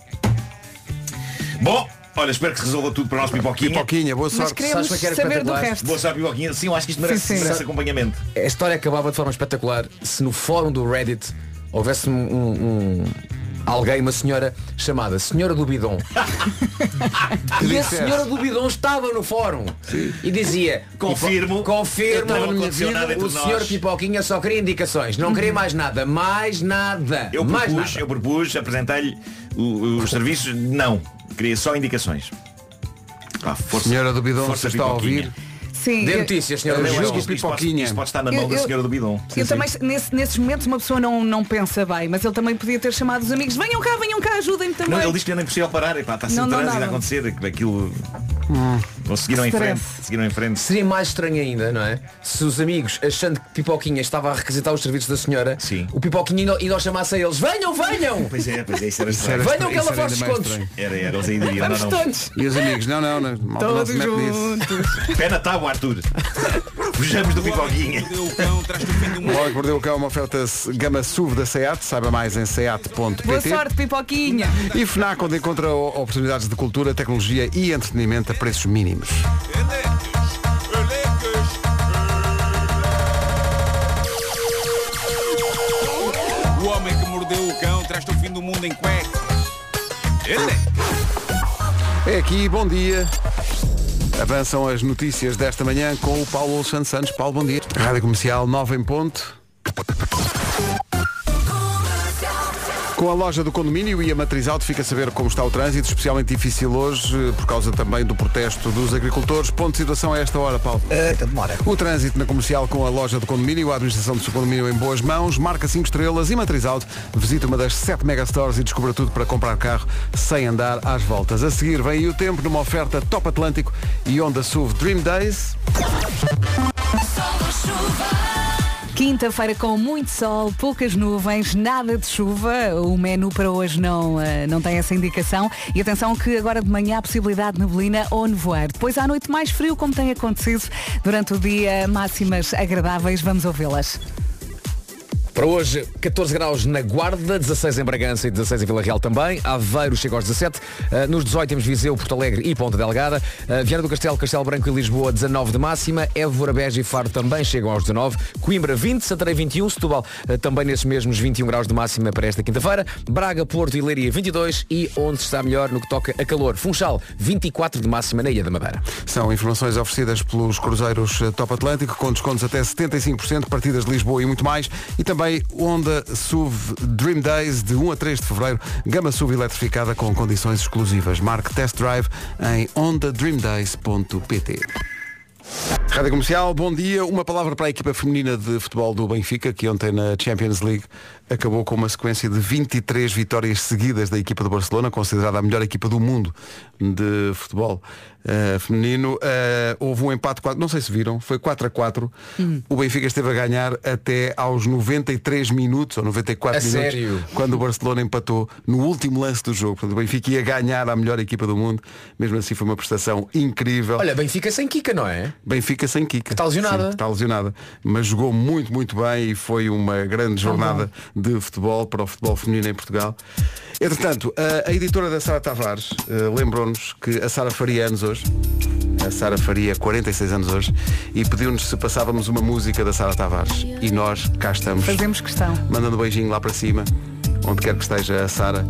Speaker 13: Bom, olha, espero que se resolva tudo para nós, Pipoquinha. Pipoquinha, boa
Speaker 10: é- Mas sorte. queremos
Speaker 4: é
Speaker 10: Sabes que era saber do espetacular? resto.
Speaker 13: Boa sorte, Pipoquinha. Sim, eu acho que isto merece,
Speaker 10: Sim, sim.
Speaker 13: merece acompanhamento.
Speaker 10: A história acabava de forma espetacular se no fórum do Reddit houvesse um, um- um- alguém, uma senhora chamada Senhora do Bidon. e a
Speaker 13: disseste.
Speaker 10: Senhora do Bidon estava no fórum e dizia,
Speaker 13: Confirmo.
Speaker 10: confirmo,
Speaker 13: Não
Speaker 10: na minha
Speaker 13: aconteceu
Speaker 10: vida,
Speaker 13: nada entre
Speaker 10: o
Speaker 13: nós."
Speaker 10: senhor Pipoquinha só queria indicações, não queria mais nada, mais nada,
Speaker 13: Eu
Speaker 10: mais
Speaker 13: propus, eu propus, apresentei-lhe o- os serviços, não. Queria só indicações. Pá, força,
Speaker 4: Senhora do Bidon,
Speaker 13: força
Speaker 4: se está a
Speaker 13: Pipoquinha.
Speaker 4: ouvir.
Speaker 13: Eu
Speaker 1: Sim. eu-
Speaker 4: do
Speaker 13: acho
Speaker 4: Bidon.
Speaker 13: que isto- isto pode- Isto pode estar na
Speaker 1: Eu-
Speaker 13: mão da
Speaker 1: eu-
Speaker 13: senhora do Bidon.
Speaker 1: eu também, nesse- nesses momentos uma pessoa não, não pensa bem, mas ele também podia ter chamado os amigos, venham cá, venham cá, ajudem-me também.
Speaker 13: Não, ele diz que era impossível parar, e pá, está assim
Speaker 1: Não,
Speaker 13: o
Speaker 1: não
Speaker 13: trânsito
Speaker 1: dava.
Speaker 13: a acontecer, que aquilo. Conseguiram
Speaker 10: Que
Speaker 13: em frente.
Speaker 10: stress.
Speaker 13: Seguiram em frente.
Speaker 10: Seria mais estranho ainda, não é? Se os amigos, achando que Pipoquinha estava a requisitar os serviços da senhora, o Pipoquinha ainda- ainda os chamasse a eles, venham, venham!
Speaker 13: Pois é, pois é, isso era
Speaker 10: estranho.
Speaker 13: estranho.
Speaker 10: Venham que ela
Speaker 13: Isso era
Speaker 10: faz
Speaker 13: ainda mais
Speaker 10: descontos.
Speaker 13: estranho. Era, era, eles aí diriam,
Speaker 10: Vamos
Speaker 13: não, não.
Speaker 10: todos.
Speaker 4: E os amigos, não, não, não. malta, não se mete nisso.
Speaker 13: Pé na tábua, tá, Arthur. Fujamos do Pipoquinha.
Speaker 4: O Homem que Mordeu o Cão é uma oferta gama SUV da SEAT. Saiba mais em
Speaker 10: é
Speaker 1: Boa
Speaker 4: seat.pt.
Speaker 1: sorte, Pipoquinha.
Speaker 4: E FNAC, onde encontra o- oportunidades de cultura, tecnologia e entretenimento a preços mínimos.
Speaker 15: O homem que mordeu o cão traz-te o fim do mundo em cueca. Ele.
Speaker 4: É aqui, bom dia. Avançam as notícias desta manhã com o Paulo Alexandre Santos. Paulo, bom dia. Rádio Comercial 9 em ponto. Com a loja do condomínio e a matriz alto fica a saber como está o trânsito, especialmente difícil hoje eh, por causa também do protesto dos agricultores. Ponto de situação a esta hora, Paulo.
Speaker 3: demora.
Speaker 4: O trânsito na comercial com a loja do condomínio, a administração do seu condomínio em boas mãos, marca 5 estrelas e matriz alto. Visita uma das 7 megastores e descubra tudo para comprar carro sem andar às voltas. A seguir vem aí o tempo numa oferta Top Atlântico e Honda SUV Dream Days.
Speaker 1: Quinta-feira com muito sol, poucas nuvens, nada de chuva. O menu para hoje não, eh, não tem essa indicação. E atenção que agora de manhã há possibilidade de neblina ou nevoeiro. Depois à noite mais frio, como tem acontecido durante o dia, máximas agradáveis. Vamos ouvi-las.
Speaker 10: Para hoje, 14 graus na Guarda, 16 em Bragança e 16 em Vila Real também. Aveiro chega aos 17. Ah, nos 18 temos Viseu, Porto Alegre e Ponta Delgada. Ah, Viana do Castelo, Castelo Branco e Lisboa, 19 de máxima. Évora, Beja e Faro também chegam aos 19. Coimbra, 20. Santarém, 21. Setúbal, ah, também nesses mesmos 21 graus de máxima para esta quinta-feira. Braga, Porto e Leiria, 22. E onde está melhor no que toca a calor? Funchal, 24 de máxima na Ilha da Madeira.
Speaker 4: São informações oferecidas pelos cruzeiros eh, Top Atlântico, com descontos até 75%, partidas de Lisboa e muito mais. E também Honda SUV Dream Days, de 1 a 3 de fevereiro, gama SUV eletrificada com condições exclusivas. Marque Test Drive em hondadreamdays.pt. Rádio Comercial, bom dia. Uma palavra para a equipa feminina de futebol do Benfica, que ontem na Champions League acabou com uma sequência de 23 vitórias seguidas da equipa do Barcelona, considerada a melhor equipa do mundo de futebol eh, feminino. Eh, houve um empate, quatro- não sei se viram, foi 4 a 4.
Speaker 10: Hum.
Speaker 4: O Benfica esteve a ganhar até aos 93 minutos ou 94
Speaker 10: A
Speaker 4: minutos
Speaker 10: sério?
Speaker 4: quando o Barcelona empatou no último lance do jogo. Portanto, o Benfica ia ganhar a melhor equipa do mundo. Mesmo assim foi uma prestação incrível.
Speaker 10: Olha, Benfica sem Kika, não é?
Speaker 4: Benfica sem Kika. Está
Speaker 10: lesionada.
Speaker 4: está lesionada. Mas jogou muito, muito bem e foi uma grande jornada de futebol para o futebol feminino em Portugal. Entretanto, a, a editora da Sara Tavares eh, lembrou-nos que a Sara faria anos hoje. A Sara faria 46 anos hoje e pediu-nos se passávamos uma música da Sara Tavares. E nós cá estamos.
Speaker 1: Fazemos questão.
Speaker 4: Mandando um beijinho lá para cima, onde quer que esteja a Sara.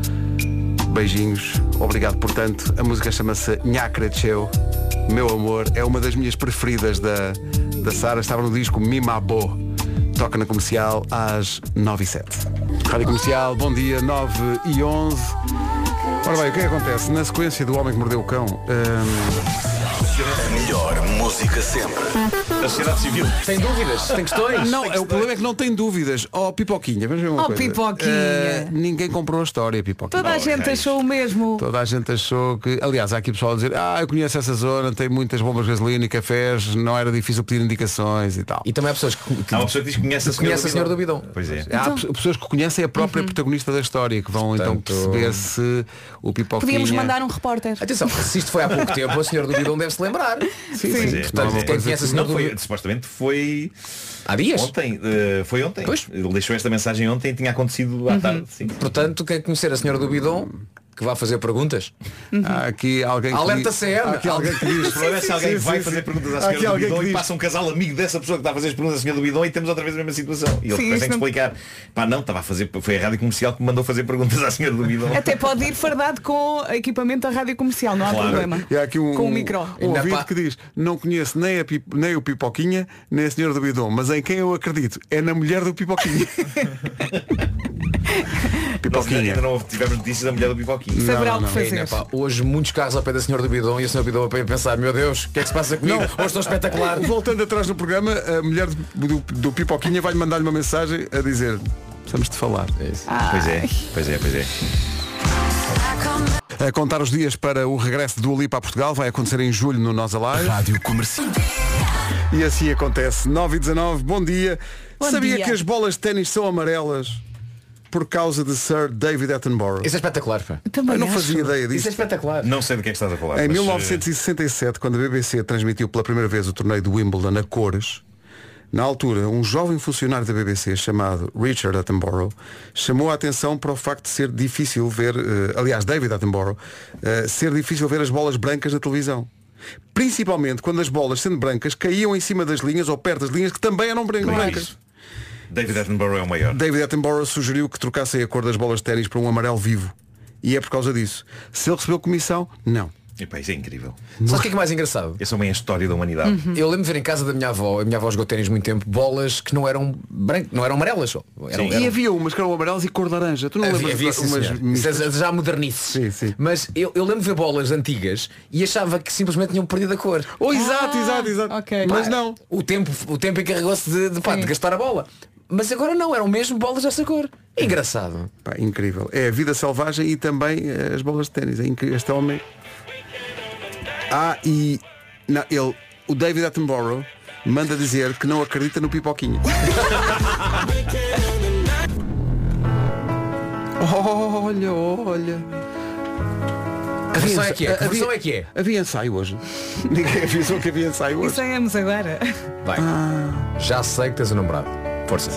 Speaker 4: Beijinhos, obrigado por tanto. A música chama-se Nhacrecheu, meu amor, é uma das minhas preferidas da, da Sara. Estava no disco Mimabô. Toca na comercial às 9 e 7. Rádio Comercial, bom dia, 9 e 11. Ora bem, o que é que acontece? Na sequência do Homem que Mordeu o Cão, hum,
Speaker 5: Melhor música sempre.
Speaker 13: A sociedade civil.
Speaker 10: Tem dúvidas? Tem questões?
Speaker 4: Não, é, o problema é que não tem dúvidas. Oh, Pipoquinha, vamos ver uma
Speaker 1: Oh,
Speaker 4: coisa.
Speaker 1: Pipoquinha.
Speaker 4: Eh, ninguém comprou a história, Pipoquinha.
Speaker 1: Toda a gente
Speaker 4: é
Speaker 1: achou o mesmo.
Speaker 4: Toda a gente achou que, aliás, há aqui pessoal a dizer, ah, eu conheço essa zona, tem muitas bombas de gasolina e cafés, não era difícil pedir indicações e tal.
Speaker 10: E
Speaker 1: então,
Speaker 10: também há pessoas que,
Speaker 13: Há uma pessoa que diz que conhece a senhora
Speaker 10: Conhece a senhora do Ah, Bidon.
Speaker 13: Pois é.
Speaker 1: então-
Speaker 4: Há pe- pessoas que conhecem a
Speaker 1: Uhum.
Speaker 4: própria protagonista da história, que vão então perceber se o Pipoquinha...
Speaker 1: Podíamos mandar um repórter.
Speaker 10: Atenção, se isto foi há pouco tempo, a senhora do Bidon deve-se lembrar.
Speaker 1: Sim,
Speaker 13: Pois é.
Speaker 10: Portanto,
Speaker 13: Não,
Speaker 10: quem conhece a senhora
Speaker 13: não
Speaker 10: do
Speaker 13: foi, supostamente foi
Speaker 10: há dias.
Speaker 13: Ontem, eh, foi ontem.
Speaker 10: Uhum.
Speaker 13: Ele deixou esta mensagem ontem e tinha acontecido à tarde. Sim.
Speaker 10: Portanto, quem conhecer a senhora do Bidon, que vá fazer perguntas?
Speaker 1: um- Uhum.
Speaker 4: Há aqui alguém
Speaker 10: Alerta
Speaker 4: que...
Speaker 10: CM.
Speaker 4: Há aqui alguém que diz...
Speaker 13: O problema é se alguém vai fazer perguntas à senhora do
Speaker 4: alguém
Speaker 13: bidon
Speaker 4: que
Speaker 13: e
Speaker 4: diz-
Speaker 13: passa um casal amigo dessa pessoa que está a fazer as perguntas à senhora do bidon e temos outra vez a mesma situação. E ele
Speaker 1: Sim,
Speaker 13: depois
Speaker 1: isto
Speaker 13: tem que
Speaker 1: não-
Speaker 13: explicar. Pá, não, estava a fazer. Foi a rádio comercial que me mandou fazer perguntas à senhora do bidon.
Speaker 1: Até pode ir fardado com equipamento da rádio comercial, não há
Speaker 13: Claro.
Speaker 1: problema.
Speaker 4: E há aqui um,
Speaker 1: Com o micro.
Speaker 4: um ouvinte que diz, não conheço nem, a pip- nem o Pipoquinha, nem a senhora do Bidon, mas em quem eu acredito? É na mulher do Pipoquinha.
Speaker 13: Nós ainda não tivemos notícias da mulher do pipoquinho.
Speaker 10: Ainda, pá, hoje muitos carros ao pé da senhora do bidon e a senhora do bidon a pensar, meu Deus, o que é que se passa comigo? Hoje estou espetacular.
Speaker 4: Voltando atrás do programa, a mulher do, do- do Pipoquinha vai-lhe mandar-lhe uma mensagem a dizer precisamos de falar.
Speaker 13: Pois é, pois é, pois é.
Speaker 4: A contar os dias para o regresso do Lipa a Portugal vai acontecer em julho no Nós Alive. Rádio Comercial. E assim acontece. 9 e 19, bom dia.
Speaker 10: Bom
Speaker 4: Sabia
Speaker 10: dia.
Speaker 4: que as bolas de ténis são amarelas por causa de Sir David Attenborough?
Speaker 10: Isso é espetacular, pá.
Speaker 4: Eu não fazia ideia disso.
Speaker 10: Isso é espetacular.
Speaker 13: Não sei do que é que estás a falar.
Speaker 4: Em
Speaker 13: mas,
Speaker 4: 1967, quando a BBC transmitiu pela primeira vez o torneio do Wimbledon a cores, na altura, um jovem funcionário da BBC chamado Richard Attenborough chamou a atenção para o facto de ser difícil ver, eh, aliás, David Attenborough, eh, ser difícil ver as bolas brancas na televisão. Principalmente quando as bolas, sendo brancas, caíam em cima das linhas ou perto das linhas que também eram bran-
Speaker 13: eh, não é
Speaker 4: brancas.
Speaker 13: isso. David Attenborough é o maior.
Speaker 4: David Attenborough sugeriu que trocassem a cor das bolas de ténis para um amarelo vivo. E é por causa disso. Se ele recebeu comissão, não.
Speaker 13: Epá, isso é incrível.
Speaker 10: Sabe o que é que é mais engraçado?
Speaker 13: Essa é bem a história da humanidade.
Speaker 10: Eu lembro de ver em casa da minha avó, a minha avó jogou ténis muito tempo, bolas que não eram brancas, não eram amarelas só. Eram,
Speaker 4: E havia umas que eram amarelas e cor de laranja. Tu não lembras
Speaker 10: Então havia,
Speaker 4: de
Speaker 10: sim,
Speaker 4: umas
Speaker 10: senhor.
Speaker 4: mistas?
Speaker 10: Isso é já modernices. Mas eu, eu lembro de ver bolas antigas e achava que simplesmente tinham perdido a cor. Ah,
Speaker 4: Oh, exato, exato, exato.
Speaker 10: Pá,
Speaker 4: Mas não.
Speaker 10: O tempo, o tempo encarregou-se de, de, pá, de gastar a bola. Mas agora não, eram mesmo bolas dessa cor. É Engraçado.
Speaker 4: Pá, incrível. É a vida selvagem e também eh, as bolas de ténis. É incrível. Este homem. Ah, e. Não, ele, o David Attenborough manda dizer que não acredita no pipoquinho. Olha, olha.
Speaker 10: A versão é que é? Que versão é que é?
Speaker 4: Havia ensaio hoje. Ninguém avisou que havia ensaio hoje.
Speaker 1: Ensaiamos agora.
Speaker 10: Vai. Já sei que tens o namorado. Força.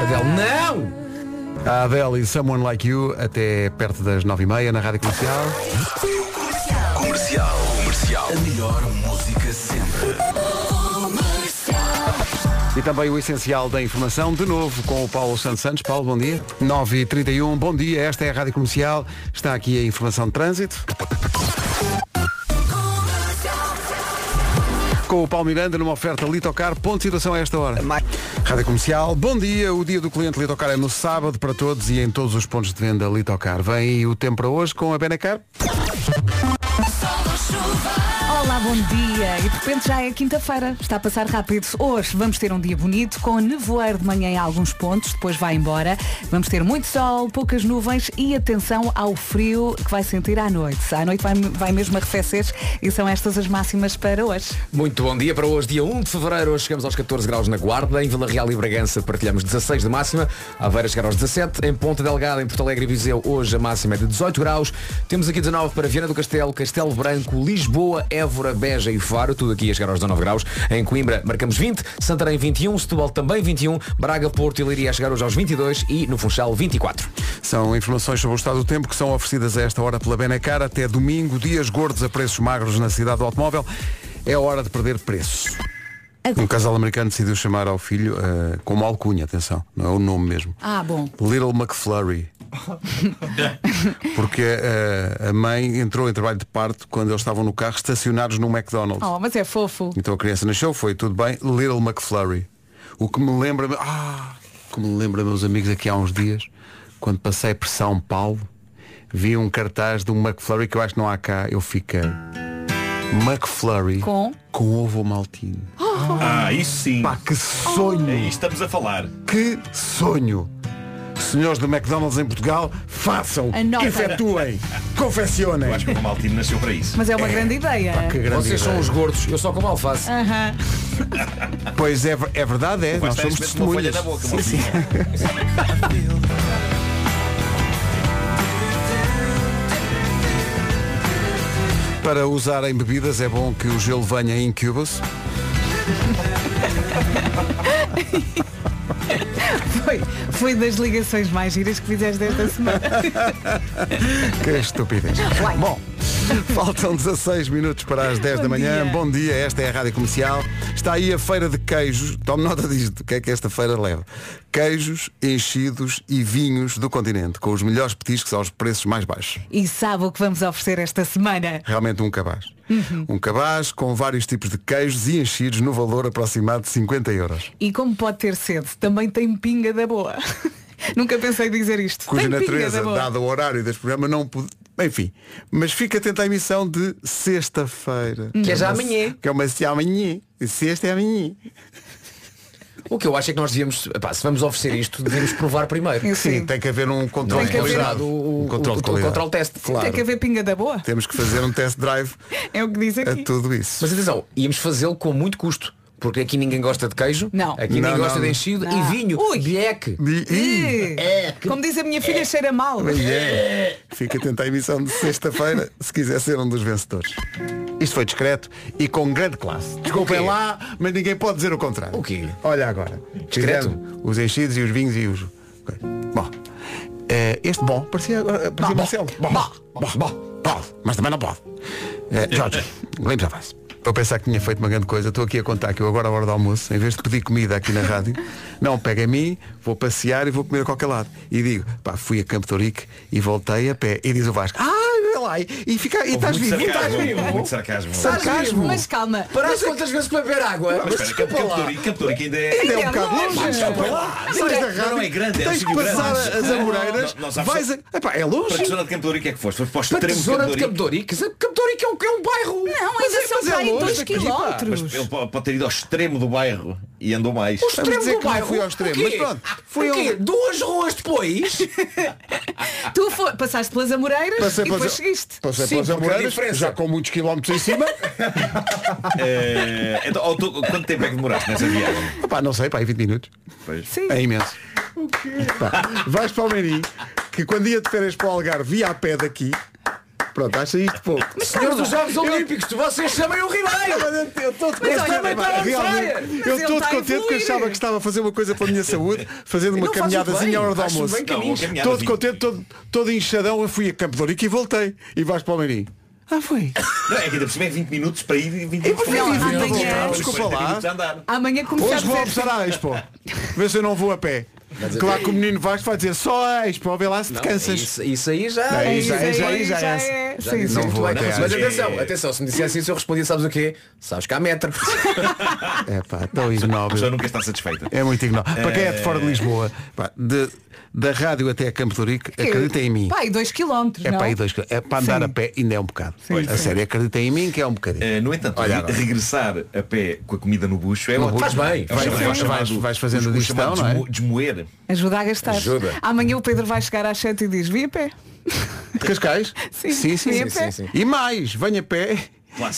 Speaker 10: Adele, não!
Speaker 4: A Adele e Someone Like You até perto das 9h30 na Rádio Comercial.
Speaker 5: Comercial. Comercial. A melhor música sempre.
Speaker 4: E também o essencial da informação, de novo com o Paulo Santos Santos. Paulo, bom dia. 9h31, bom dia. Esta é a Rádio Comercial. Está aqui a informação de trânsito. Com o Paulo Miranda numa oferta Litocar, ponto de situação a esta hora. Rádio Comercial, bom dia. O dia do cliente Litocar é no sábado para todos e em todos os pontos de venda Litocar. Vem aí o tempo para hoje com a Benacar.
Speaker 1: Olá, bom dia. E de repente já é quinta-feira. Está a passar rápido. Hoje vamos ter um dia bonito, com nevoeiro de manhã em alguns pontos, depois vai embora. Vamos ter muito sol, poucas nuvens e atenção ao frio que vai sentir à noite. À noite vai, vai mesmo arrefecer e são estas as máximas para hoje.
Speaker 10: Muito bom dia para hoje, dia 1 de Fevereiro. Hoje chegamos aos 14 graus na Guarda. Em Vila Real e Bragança partilhamos 16 de máxima. Aveira chegar aos 17. Em Ponta Delgada, em Porto Alegre e Viseu, hoje a máxima é de 18 graus. Temos aqui 19 para Viana do Castelo, Castelo Branco, Lisboa, Évora, Beja e Faro. Tudo aqui a chegar aos 19 graus. Em Coimbra marcamos 20. Santarém 21. Setúbal também 21. Braga, Porto e Leiria a chegar hoje aos 22. E no Funchal 24.
Speaker 4: São informações sobre o estado do tempo que são oferecidas a esta hora pela Benacar até domingo, dias gordos a preços magros na cidade do automóvel. É hora de perder preços. Um casal americano decidiu chamar ao filho eh, como alcunha, atenção, não é o nome mesmo.
Speaker 1: Ah, bom.
Speaker 4: Little McFlurry. Porque eh, a mãe entrou em trabalho de parto quando eles estavam no carro estacionados no McDonald's.
Speaker 1: Oh, mas é fofo.
Speaker 4: Então a criança nasceu, foi tudo bem, Little McFlurry. O que me lembra, ah, o que me lembra meus amigos aqui há uns dias, quando passei por São Paulo, vi um cartaz de um McFlurry que eu acho que não há cá, eu fiquei. McFlurry
Speaker 1: com,
Speaker 4: ovo maltino.
Speaker 13: Ah, isso sim. Pá,
Speaker 4: que sonho.
Speaker 13: Aí estamos a falar.
Speaker 4: Que sonho! Senhores do McDonald's em Portugal, façam,
Speaker 1: Anotem.
Speaker 4: efetuem, confeccionem.
Speaker 13: Acho que o Maltino nasceu para isso.
Speaker 1: Mas é uma grande ideia.
Speaker 10: Vocês são os gordos, eu só como alface.
Speaker 1: Aham.
Speaker 4: Pois é, ver- é verdade, é. Nós somos
Speaker 13: Bastardes mete uma folha
Speaker 4: testemunhas.
Speaker 13: na boca,
Speaker 4: Sim, sim. é Para usar em bebidas é bom que o gelo venha em cubas.
Speaker 1: Foi, foi das ligações mais giras que fizeste esta semana.
Speaker 4: Que estupidez. Bom, faltam 16 minutos para as 10 da
Speaker 1: Bom
Speaker 4: manhã.
Speaker 1: dia.
Speaker 4: Bom dia, esta é a Rádio Comercial. Está aí a feira de queijos. Tome nota disto, o que é que esta feira leva? Queijos, enchidos e vinhos do continente, com os melhores petiscos aos preços mais baixos.
Speaker 1: E sabe o que vamos oferecer esta semana?
Speaker 4: Realmente um cabaz.
Speaker 1: Uhum.
Speaker 4: Um cabaz com vários tipos de queijos e enchidos no valor aproximado de 50 euros.
Speaker 1: E como pode ter sede, também tem pinga da boa. Nunca pensei dizer isto.
Speaker 4: Cuja
Speaker 1: tem
Speaker 4: natureza,
Speaker 10: é
Speaker 1: pinga da boa.
Speaker 4: dado o horário deste programa, não pode... Enfim, mas fica atento à emissão de sexta-feira.
Speaker 10: Que é já
Speaker 4: uma-
Speaker 10: amanhã.
Speaker 4: Que é uma se amanhã. E Sexta é amanhã.
Speaker 10: O que eu acho é que nós devíamos, epá, se vamos oferecer isto, devíamos provar primeiro.
Speaker 1: Eu sei. Sim,
Speaker 4: tem que haver um
Speaker 1: controle
Speaker 4: de qualidade.
Speaker 10: é O, o,
Speaker 4: Um controle de
Speaker 10: o- o
Speaker 4: qualidade.
Speaker 10: controle teste.
Speaker 1: Tem que haver pinga da boa?
Speaker 4: Temos que fazer um test drive
Speaker 1: É o que diz aqui.
Speaker 4: tudo isso.
Speaker 10: Mas atenção, íamos fazê-lo com muito custo. Porque aqui ninguém gosta de queijo,
Speaker 1: Não.
Speaker 10: aqui
Speaker 4: Não,
Speaker 10: ninguém
Speaker 4: não,
Speaker 10: gosta
Speaker 4: não.
Speaker 10: de enchido
Speaker 1: Não.
Speaker 10: e vinho. Bilheque.
Speaker 1: Ih, Como diz a minha filha, cheira mal.
Speaker 4: é Yeah. Fica atento à emissão de sexta-feira se quiser ser um dos vencedores. Isto foi discreto e com grande classe. Desculpem
Speaker 10: O quê?
Speaker 4: lá, mas ninguém pode dizer o contrário. O quê? Olha agora.
Speaker 10: Discreto?
Speaker 4: Tirando Os enchidos e os vinhos e os. coisa. Bom. eh, este bom parecia, agora- parecia Marcelo. Bom, bom, bom, pode, mas também não pode. Eh, Jorge, limpa a face. Vou pensar que tinha feito uma grande coisa. Estou aqui a contar que eu agora à hora do almoço, em vez de pedir comida aqui na rádio, não, pega a mim, vou passear e vou comer a qualquer lado. E digo, pá, fui a Campo de Ourique e voltei a pé. E diz o Vasco, ah, vê lá, e, e fica, e
Speaker 13: Houve
Speaker 4: estás
Speaker 13: muito
Speaker 4: vivo, estás
Speaker 13: sarcasmo,
Speaker 4: vivo.
Speaker 13: houve muito sarcasmo.
Speaker 4: Sarcasmo.
Speaker 1: Mas calma.
Speaker 10: Paraste quantas vezes para beber água?
Speaker 13: Mas espera, Campo Campo de Ourique, Campo de Ourique ainda é...
Speaker 4: Ainda é um
Speaker 10: Ainda é
Speaker 4: bocado
Speaker 10: longe.
Speaker 4: longe.
Speaker 10: Mas desculpa lá.
Speaker 4: Sais da
Speaker 13: Não, não é
Speaker 4: rádio,
Speaker 13: grande, é um
Speaker 4: tens que
Speaker 13: sítio grande.
Speaker 4: passar as
Speaker 13: Não, não,
Speaker 4: amoreiras,
Speaker 13: não, não, sabes-
Speaker 4: vais a... Epá, é
Speaker 13: Para
Speaker 4: longe.
Speaker 13: que zona de Campo de Ourique é que foste? Foste para o
Speaker 10: Para a
Speaker 13: extremo
Speaker 10: zona de
Speaker 13: de Campo
Speaker 10: Campo
Speaker 13: de
Speaker 10: de Ourique? Campo de Ourique é um, é um bairro.
Speaker 1: Não,
Speaker 10: Mas
Speaker 1: ainda
Speaker 10: é-
Speaker 1: são
Speaker 10: mas é
Speaker 1: para aí
Speaker 10: longe
Speaker 1: dois
Speaker 10: daqui, pá.
Speaker 1: quilómetros.
Speaker 13: Mas ele po- pode ter ido ao extremo do bairro e andou mais.
Speaker 10: O extremo
Speaker 4: dizer
Speaker 10: do
Speaker 4: que Ah, não
Speaker 10: bairro.
Speaker 4: fui ao extremo,
Speaker 10: O quê? Ah,
Speaker 4: mas pronto, fui um-
Speaker 10: o quê?
Speaker 4: ao-
Speaker 10: Duas ruas depois?
Speaker 1: Tu fo- passaste pelas Amoreiras
Speaker 4: Passei
Speaker 1: e depois
Speaker 4: pelas-
Speaker 1: seguiste.
Speaker 4: Passei
Speaker 10: Sim,
Speaker 4: pelas
Speaker 10: porque há
Speaker 4: Amoreiras,
Speaker 10: diferença.
Speaker 4: já com muitos quilómetros em cima.
Speaker 13: Eh, então, oh, tu- quanto tempo é que demoraste nessa viagem?
Speaker 4: Epá, não sei, pá, aí 20 minutos.
Speaker 1: Sim.
Speaker 4: É imenso. Pá, vais para o Meni, que quando ia de férias para o Algarve, via a pé daqui. Pronto, acha isto pouco.
Speaker 10: Senhor dos Jogos Olímpicos, tu vocês chamem o Ribeiro.
Speaker 4: Eu estou de
Speaker 10: Mas
Speaker 4: contente,
Speaker 10: olha,
Speaker 4: pá,
Speaker 10: mas está a
Speaker 4: realmente,
Speaker 10: usar.
Speaker 4: eu
Speaker 10: Mas ele tá
Speaker 4: estou de
Speaker 10: está a
Speaker 4: contente que eu
Speaker 10: evoluir.
Speaker 4: achava que estava a fazer uma coisa pela minha saúde, fazendo uma
Speaker 10: não fazes bem.
Speaker 4: caminhadazinha à hora do
Speaker 10: Acho
Speaker 4: almoço.
Speaker 10: bem que
Speaker 13: Não,
Speaker 10: nisso.
Speaker 13: caminhada
Speaker 4: Todo
Speaker 13: vinte.
Speaker 4: contente, todo, todo inchadão, eu fui a Campo de Ourique e voltei. E vais para o Meni. Ah, foi.
Speaker 13: Não, é que ainda percebi 20 minutos para ir e 20
Speaker 4: E
Speaker 13: minutos
Speaker 4: por
Speaker 13: para
Speaker 4: fim,
Speaker 13: voltar.
Speaker 4: vim para
Speaker 1: amanhã-
Speaker 4: voltar,
Speaker 13: Depois
Speaker 4: desculpa
Speaker 13: 40
Speaker 4: lá.
Speaker 13: minutos a andar.
Speaker 1: Amanhã
Speaker 4: Hoje
Speaker 1: começamos
Speaker 4: vou
Speaker 1: a
Speaker 4: almoçar à Expo. Vê se eu não vou a pé. Claro que o menino Vasco vai dizer só a Expo, vê lá se te
Speaker 10: Não,
Speaker 4: cansas.
Speaker 10: Isso, isso aí já.
Speaker 4: Não, isso aí já-
Speaker 1: aí
Speaker 4: já é essa.
Speaker 10: Já
Speaker 1: Sim,
Speaker 10: disse
Speaker 1: sim.
Speaker 4: Não vou
Speaker 10: muito bem.
Speaker 4: até às
Speaker 10: Mas
Speaker 13: vezes.
Speaker 10: atenção, atenção, se me dissesse isso eu respondia, sabes o quê? Sabes que há metro.
Speaker 4: É pá, tão
Speaker 13: A pessoa
Speaker 4: ignóbil.
Speaker 13: nunca está satisfeita.
Speaker 4: É muito ignóbil. Para quem é de fora de Lisboa, pá, de- da rádio até a Campo de Ourique,
Speaker 10: É
Speaker 4: acredita em mim.
Speaker 1: Pá, e dois quilómetros,
Speaker 4: É
Speaker 1: não?
Speaker 4: para aí dois É para andar
Speaker 1: Sim.
Speaker 4: a pé ainda é um bocado. a sério, acredita em mim que é um bocadinho.
Speaker 13: Eh, no entanto,
Speaker 4: Olha
Speaker 13: re-
Speaker 4: agora.
Speaker 13: regressar a pé com a comida no bucho é
Speaker 10: No
Speaker 13: ótimo.
Speaker 10: bucho. Faz bem.
Speaker 13: É o
Speaker 10: Vai-
Speaker 13: chamado-
Speaker 10: vai-
Speaker 13: chamado-
Speaker 4: vais- vais fazendo
Speaker 13: o
Speaker 4: digestão,
Speaker 13: chamado
Speaker 4: não
Speaker 13: desmo-
Speaker 4: é?
Speaker 13: Desmoer.
Speaker 1: Ajuda a gastar.
Speaker 10: Ajuda.
Speaker 1: Amanhã o Pedro vai chegar às 7 e diz, vi a pé.
Speaker 4: De Cascais?
Speaker 1: Sim.
Speaker 4: sim, sim,
Speaker 1: Vem a
Speaker 4: sim,
Speaker 1: pé.
Speaker 4: sim, sim. E mais, venho a pé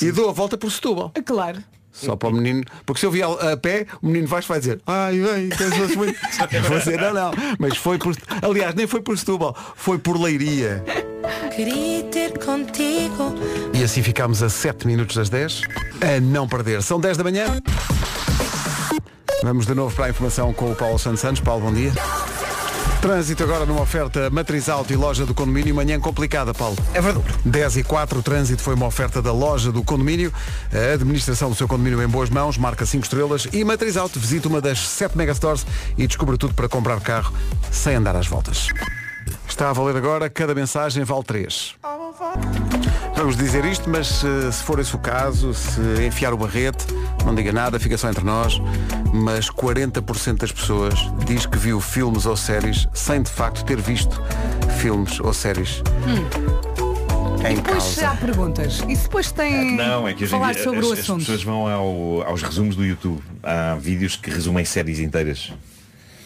Speaker 4: e dou a volta por Setúbal.
Speaker 1: Claro.
Speaker 4: Só para o menino. Porque se eu vier a pé, o menino Vasco vai dizer, ai bem, cansou-se muito. Eu vou dizer, não, não. Mas foi por. Aliás, nem foi por Setúbal, foi por Leiria.
Speaker 9: Queria ter contigo.
Speaker 4: E assim ficámos a 7 minutos das 10. A não perder. São 10 da manhã. Vamos de novo para a informação com o Paulo Santos Santos. Paulo, bom dia. Trânsito agora numa oferta matriz alto e loja do condomínio. Manhã complicada, Paulo.
Speaker 3: É verdade.
Speaker 4: 10 e 4, o trânsito foi uma oferta da loja do condomínio. A administração do seu condomínio em boas mãos, marca 5 estrelas e Matriz Auto visita uma das 7 megastores e descubra tudo para comprar carro sem andar às voltas. Está a valer agora, cada mensagem vale 3. Vamos dizer isto, mas eh, se for esse o caso, se enfiar o barrete, não diga nada, fica só entre nós. Mas 40% das pessoas diz que viu filmes ou séries sem de facto ter visto filmes ou séries em
Speaker 1: E depois
Speaker 4: causa.
Speaker 1: há perguntas. E se depois tem
Speaker 13: Não, é que hoje em
Speaker 1: falar
Speaker 13: dia
Speaker 1: sobre
Speaker 13: as,
Speaker 1: o
Speaker 13: as
Speaker 1: assunto.
Speaker 13: pessoas vão ao- aos resumos do YouTube. Há vídeos que resumem séries inteiras.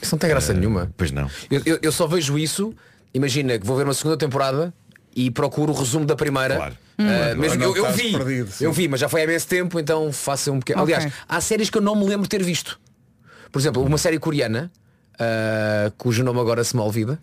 Speaker 10: Isso não tem graça nenhuma.
Speaker 13: Pois não.
Speaker 10: Eu, eu- eu só vejo isso, imagina que vou ver uma segunda temporada e procuro o resumo da primeira.
Speaker 13: Claro. Hum.
Speaker 10: Ah,
Speaker 4: Claro,
Speaker 10: mesmo
Speaker 1: é
Speaker 4: não
Speaker 10: eu,
Speaker 1: um
Speaker 10: eu
Speaker 4: estás
Speaker 10: vi,
Speaker 4: perdido, sim.
Speaker 10: eu vi, mas já foi há imenso tempo, então faça um pequeno.
Speaker 1: Ok.
Speaker 10: Aliás, há séries que eu não me lembro de ter visto. Por exemplo, uma série coreana, ah, cujo nome agora se me olvida,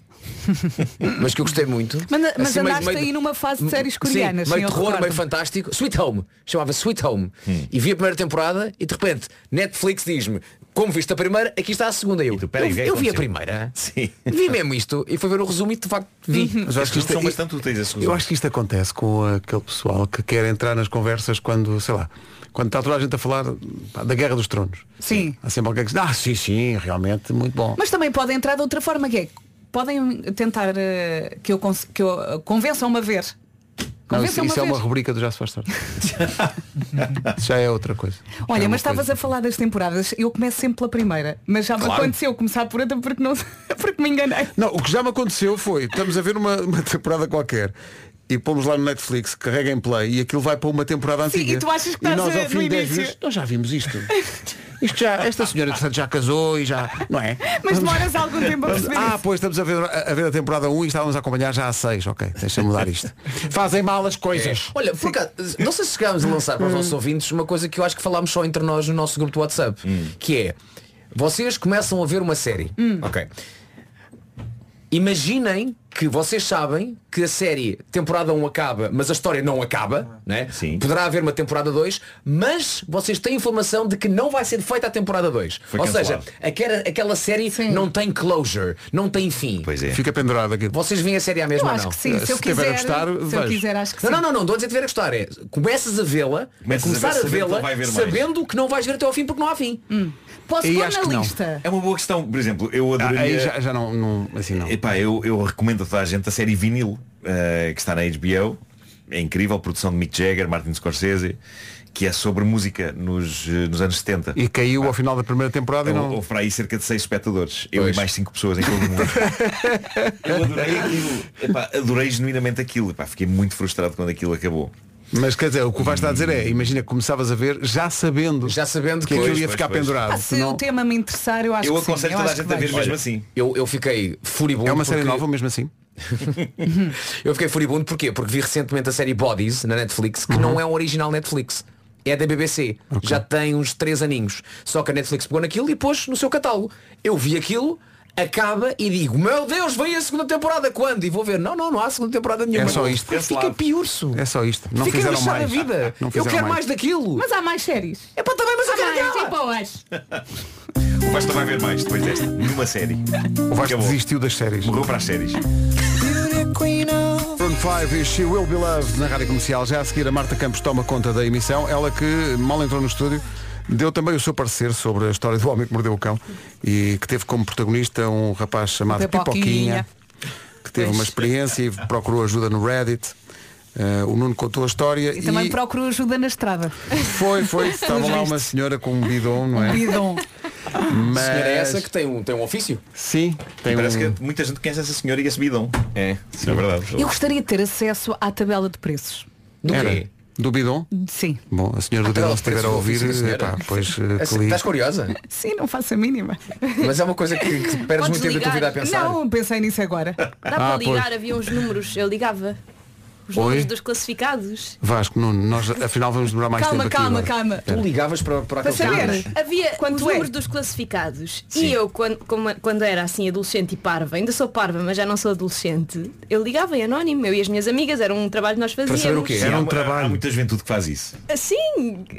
Speaker 10: mas que eu gostei muito.
Speaker 1: Mas, mas
Speaker 10: Assim, meio-
Speaker 1: andaste
Speaker 10: meio-
Speaker 1: aí numa fase de séries
Speaker 10: Sim,
Speaker 1: coreanas. sim,
Speaker 10: meio
Speaker 1: eu
Speaker 10: terror, meio
Speaker 1: recordo.
Speaker 13: Hum.
Speaker 10: fantástico. Sweet Home. Chamava Sweet Home. E vi a primeira temporada e de repente Netflix diz-me Como viste a primeira, aqui está a segunda. Eu,
Speaker 13: peraí, o
Speaker 10: eu,
Speaker 13: que é que
Speaker 10: eu vi a
Speaker 13: aconteceu?
Speaker 10: primeira.
Speaker 13: Sim.
Speaker 10: Vi mesmo isto. E foi ver o resumo e de facto vi.
Speaker 4: Uhum.
Speaker 13: Mas eu acho que isto Hum. são bastante úteis esses
Speaker 4: é- Eu acho que isto acontece com aquele pessoal que quer entrar nas conversas quando, sei lá, quando está toda a gente a falar pá, da Guerra dos Tronos.
Speaker 1: Sim.
Speaker 4: Há sempre alguém que diz, ah, sim, sim, realmente, muito bom.
Speaker 16: Mas também podem entrar de outra forma, que é podem tentar eh, que eu, cons- que eu eh, convença uma vez.
Speaker 4: Não,
Speaker 16: Convença
Speaker 4: isso
Speaker 16: uma
Speaker 4: isso é
Speaker 16: vez.
Speaker 4: uma rubrica do Já se faz tarde. Isso já é outra coisa.
Speaker 1: Olha,
Speaker 4: é uma
Speaker 1: mas estavas a falar das temporadas, eu começo sempre pela primeira, mas já me
Speaker 4: Claro.
Speaker 1: aconteceu começar por outra porque não porque me enganei.
Speaker 4: Não, o que já me aconteceu foi, estamos a ver uma, uma temporada qualquer e pomos lá no Netflix, carrega em play e aquilo vai para uma temporada
Speaker 1: Sim,
Speaker 4: antiga.
Speaker 1: e tu achas que
Speaker 4: E
Speaker 1: estás
Speaker 4: nós
Speaker 1: a-
Speaker 4: ao fim
Speaker 1: no
Speaker 4: de 10
Speaker 1: início.
Speaker 4: vezes, nós já vimos isto. Isto já, esta senhora portanto, já casou e já. Não é?
Speaker 1: Mas demoras algum tempo a
Speaker 4: Vamos-
Speaker 1: perceber
Speaker 4: Ah,
Speaker 1: isso.
Speaker 4: pois estamos a ver, a ver a temporada 1 e estávamos a acompanhar já a 6, ok. Deixa-me mudar isto. Fazem mal as coisas.
Speaker 10: Olha, por acaso, não sei se chegámos a lançar para os
Speaker 4: Uhum.
Speaker 10: nossos ouvintes uma coisa que eu acho que falámos só entre nós no nosso grupo de WhatsApp, que é vocês começam a ver uma série.
Speaker 4: Hum.
Speaker 10: Ok. Imaginem que vocês sabem que a série temporada 1 acaba, mas a história não acaba, né? Sim. Poderá haver uma temporada 2, mas vocês têm informação de que não vai ser feita a temporada 2.
Speaker 4: Foi
Speaker 10: Ou
Speaker 4: cancelado.
Speaker 10: seja, aquela, aquela série não tem closure, não tem fim. Pois é.
Speaker 4: Fica pendurado aqui.
Speaker 10: Vocês veem a série à mesma
Speaker 4: Eu
Speaker 10: ou
Speaker 4: acho
Speaker 10: não?
Speaker 4: que sim, se eu Se tiver a quiser- gostar, se eu vejo. quiser, acho que
Speaker 10: não,
Speaker 4: sim.
Speaker 10: Não, não, não, não estou a dizer tiver a gostar. É, começas a vê-la,
Speaker 13: Começas
Speaker 10: começar
Speaker 13: a ver
Speaker 10: a
Speaker 13: sabendo que
Speaker 10: vê-la,
Speaker 13: não vai ver mais.
Speaker 10: sabendo que não vais ver até ao fim porque não há fim.
Speaker 4: Hum.
Speaker 1: Posso
Speaker 13: E
Speaker 1: pôr
Speaker 13: acho
Speaker 1: na
Speaker 13: que não.
Speaker 1: lista?
Speaker 13: É uma boa questão. Por exemplo, eu
Speaker 4: Ah,
Speaker 13: adoraria...
Speaker 4: aí já, já não, não. Assim não.
Speaker 13: Epá, eu, eu recomendo a toda a gente a série Vinil, eh, que está na HBO. É incrível, produção de Mick Jagger, Martin Scorsese, que é sobre música nos, eh, nos anos 70.
Speaker 4: E caiu ao final da primeira temporada e
Speaker 13: Houve-
Speaker 4: não.
Speaker 13: Houve para aí cerca de seis espectadores. Eu e mais cinco pessoas em todo o mundo. eu adorei aquilo. Epá, adorei genuinamente aquilo. Epá, fiquei muito frustrado quando aquilo acabou.
Speaker 4: Mas quer dizer, o que vais estar a dizer é, imagina que começavas a ver já sabendo, já
Speaker 10: sabendo
Speaker 4: que aquilo ia ficar pendurado.
Speaker 1: Ah, se o tema me interessar, eu acho que sim. eu acho que vejo.
Speaker 10: Olha,
Speaker 13: assim.
Speaker 10: Eu, eu fiquei furibundo.
Speaker 4: É uma série
Speaker 10: porque-
Speaker 4: nova mesmo assim.
Speaker 10: eu fiquei furibundo porquê? Porque vi recentemente a série Bodies na Netflix,
Speaker 4: Uhum.
Speaker 10: que não é um original Netflix. É da BBC. Já tem uns três aninhos. Só que a Netflix pegou naquilo e pôs no seu catálogo. Eu vi aquilo, acaba e digo, meu Deus, vem a segunda temporada quando? E vou ver, não, não, não há segunda temporada nenhuma.
Speaker 4: É só isto.
Speaker 10: Porque Fica piurso.
Speaker 4: É só isto. Não
Speaker 10: Fica
Speaker 4: fizeram
Speaker 10: lixado
Speaker 4: mais.
Speaker 10: a vida.
Speaker 4: Não
Speaker 10: eu
Speaker 4: fizeram
Speaker 10: quero mais daquilo.
Speaker 16: Mas há mais séries.
Speaker 10: É para também, mas
Speaker 1: Ah,
Speaker 10: eu quero aquela.
Speaker 16: Tipo hoje.
Speaker 13: O Vasco vai ver mais depois desta. Numa série.
Speaker 4: O Vasco desistiu das séries.
Speaker 13: Morreu para as séries.
Speaker 4: Round 5 e She Will Be Loved na Rádio Comercial. Já a seguir a Marta Campos toma conta da emissão. Ela que mal entrou no estúdio, deu também o seu parecer sobre a história do homem que mordeu o cão e que teve como protagonista um rapaz chamado
Speaker 16: Pipoquinha.
Speaker 4: Pipoquinha, que teve uma experiência e procurou ajuda no Reddit. Eh, o Nuno contou a história
Speaker 1: E
Speaker 4: e,
Speaker 1: também procuro ajuda na estrada.
Speaker 4: foi, foi, estava lá
Speaker 1: Pelos
Speaker 4: uma senhora com um bidon, não é?
Speaker 1: vistos. Bidon.
Speaker 4: Mas-
Speaker 10: Senhora é essa que tem um, tem um ofício?
Speaker 4: Sim. um-
Speaker 13: E parece que é muita gente conhece essa senhora e esse bidão. É. Isso é verdade.
Speaker 1: Eu gostaria de ter acesso à tabela de preços.
Speaker 4: Era. Do bidon?
Speaker 1: Sim.
Speaker 4: Bom, a senhora do bidon
Speaker 10: Aquela
Speaker 4: se estiver a
Speaker 10: ofereceu
Speaker 4: ouvir,
Speaker 10: o ofício, senhora.
Speaker 4: epá, pois eh,
Speaker 10: Assim,
Speaker 4: clique.
Speaker 10: Estás curiosa?
Speaker 1: Sim, não faço a mínima.
Speaker 10: Mas é uma coisa que, que perdes
Speaker 1: Podes
Speaker 10: muito tempo da tua
Speaker 1: ligar.
Speaker 10: vida a pensar.
Speaker 1: Não, pensei nisso agora.
Speaker 17: Dá para ligar, havia uns números, eu ligava. Os
Speaker 4: Ah, Oi?
Speaker 17: números dos classificados.
Speaker 4: Vasco, Nuno, nós afinal vamos demorar mais
Speaker 17: Calma,
Speaker 4: tempo.
Speaker 17: calma,
Speaker 4: aqui é?
Speaker 17: calma.
Speaker 4: Tu ligavas para, para
Speaker 17: Havia os
Speaker 1: Quanto é?
Speaker 17: números dos classificados.
Speaker 4: Sim.
Speaker 17: E eu, quando, como- quando era assim adolescente e parva, ainda sou parva, mas já não sou adolescente, eu ligava em anónimo, eu e as minhas amigas, era um trabalho que nós
Speaker 13: Para
Speaker 17: fazíamos.
Speaker 13: saber o quê?
Speaker 17: Era
Speaker 10: é
Speaker 17: um-
Speaker 13: trabalho. Há muita juventude que faz isso.
Speaker 17: Assim,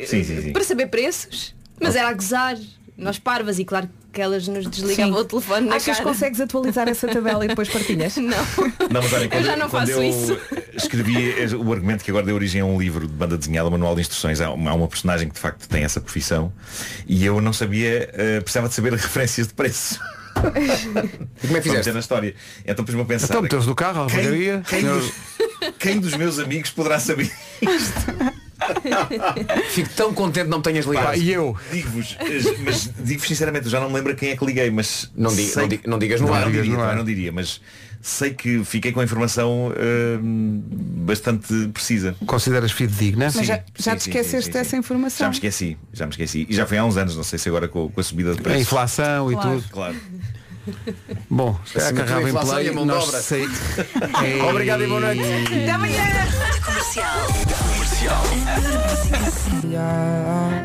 Speaker 13: Sim, sim, sim.
Speaker 17: para saber preços. Mas era a gozar. Nós parvas e claro que elas nos desligavam o telefone na
Speaker 1: Achas que
Speaker 17: cara.
Speaker 1: consegues atualizar essa tabela e depois partilhas?
Speaker 17: Não.
Speaker 13: Não, mas olha,
Speaker 17: Eu
Speaker 13: quando
Speaker 17: já não
Speaker 13: quando
Speaker 17: faço
Speaker 13: eu
Speaker 17: isso.
Speaker 13: escrevi eh, o argumento que agora deu origem a um livro de banda desenhada, manual de instruções, há uma, há uma personagem que de facto tem essa profissão e eu não sabia, eh, precisava de saber referências de preço.
Speaker 10: E como é
Speaker 13: Para
Speaker 10: que fizeste?
Speaker 13: meter na história. Então pus-me a pensar.
Speaker 4: Então meteu-se do carro à
Speaker 13: quem-
Speaker 4: alfaiataria,
Speaker 13: Quem,
Speaker 4: senhor-
Speaker 13: dos, quem dos meus amigos poderá saber?
Speaker 10: Fico tão contente não me tenhas ligado.
Speaker 13: Pá, Digo-vos, eh, mas digo-vos sinceramente, eu já não me lembro a quem é que liguei, mas.
Speaker 10: Não di-
Speaker 13: sei
Speaker 10: não di-
Speaker 13: que-
Speaker 10: não digas no ar.
Speaker 13: Não diria,
Speaker 10: Digas no
Speaker 13: também
Speaker 10: ar.
Speaker 13: não diria, mas sei que fiquei com a informação eh, bastante precisa.
Speaker 4: Consideras fidedigna?
Speaker 1: Mas já, já te esqueceste dessa
Speaker 13: Já
Speaker 1: informação?
Speaker 13: me esqueci, já me esqueci. E já foi há uns anos, não sei se agora com, com a subida de preço.
Speaker 4: A inflação e
Speaker 1: Claro.
Speaker 4: tudo.
Speaker 13: Claro.
Speaker 4: Bom, se calhar
Speaker 13: Acima de tudo,
Speaker 4: agarrava em
Speaker 13: inflação e
Speaker 4: play
Speaker 13: a mão
Speaker 4: nós
Speaker 13: dobra.
Speaker 4: sei...
Speaker 13: Obrigado e boa noite.
Speaker 11: Até amanhã. Comercial.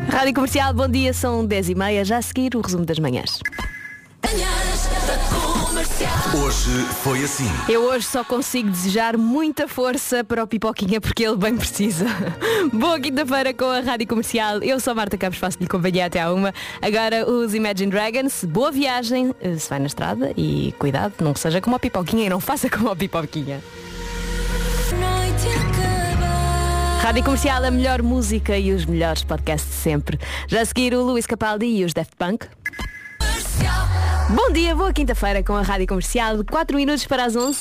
Speaker 17: Rádio Comercial, bom dia, são 10 e meia, já a seguir o resumo das manhãs.
Speaker 11: Comercial.
Speaker 5: Hoje foi assim.
Speaker 17: Eu hoje só consigo desejar muita força para o Pipoquinha porque ele bem precisa. Boa quinta-feira com a Rádio Comercial. Eu sou a Marta Campos, faço-lhe companhia até à uma. Agora os Imagine Dragons, boa viagem, eh, se vai na estrada e cuidado, não seja como a Pipoquinha e não faça como a Pipoquinha. Rádio Comercial, a melhor música e os melhores podcasts de sempre. Já a seguir o Luís Capaldi e os Daft Punk. Bom dia, boa quinta-feira com a Rádio Comercial, 4 minutos para as 11.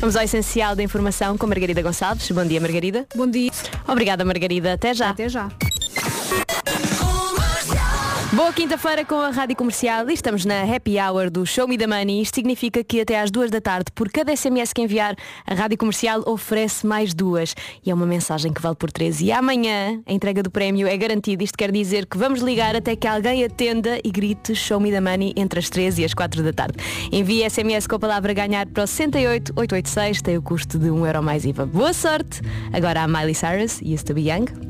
Speaker 17: Vamos ao essencial da informação com Margarida Gonçalves. Bom dia, Margarida. Bom dia. Obrigada, Margarida. Até já. Até já. Boa quinta-feira com a Rádio Comercial e estamos na Happy Hour do Show Me the Money. Isto significa que até às duas da tarde, por cada SMS que enviar, a Rádio Comercial oferece mais duas. E é uma mensagem que vale por três. E amanhã a entrega do prémio é garantida. Isto quer dizer que vamos ligar até que alguém atenda e grite Show Me the Money entre as três e as quatro da tarde. Envie SMS com a palavra ganhar para o 68886, tem o custo de um euro mais IVA. Boa sorte! Agora a Miley Cyrus e a Stubby Young.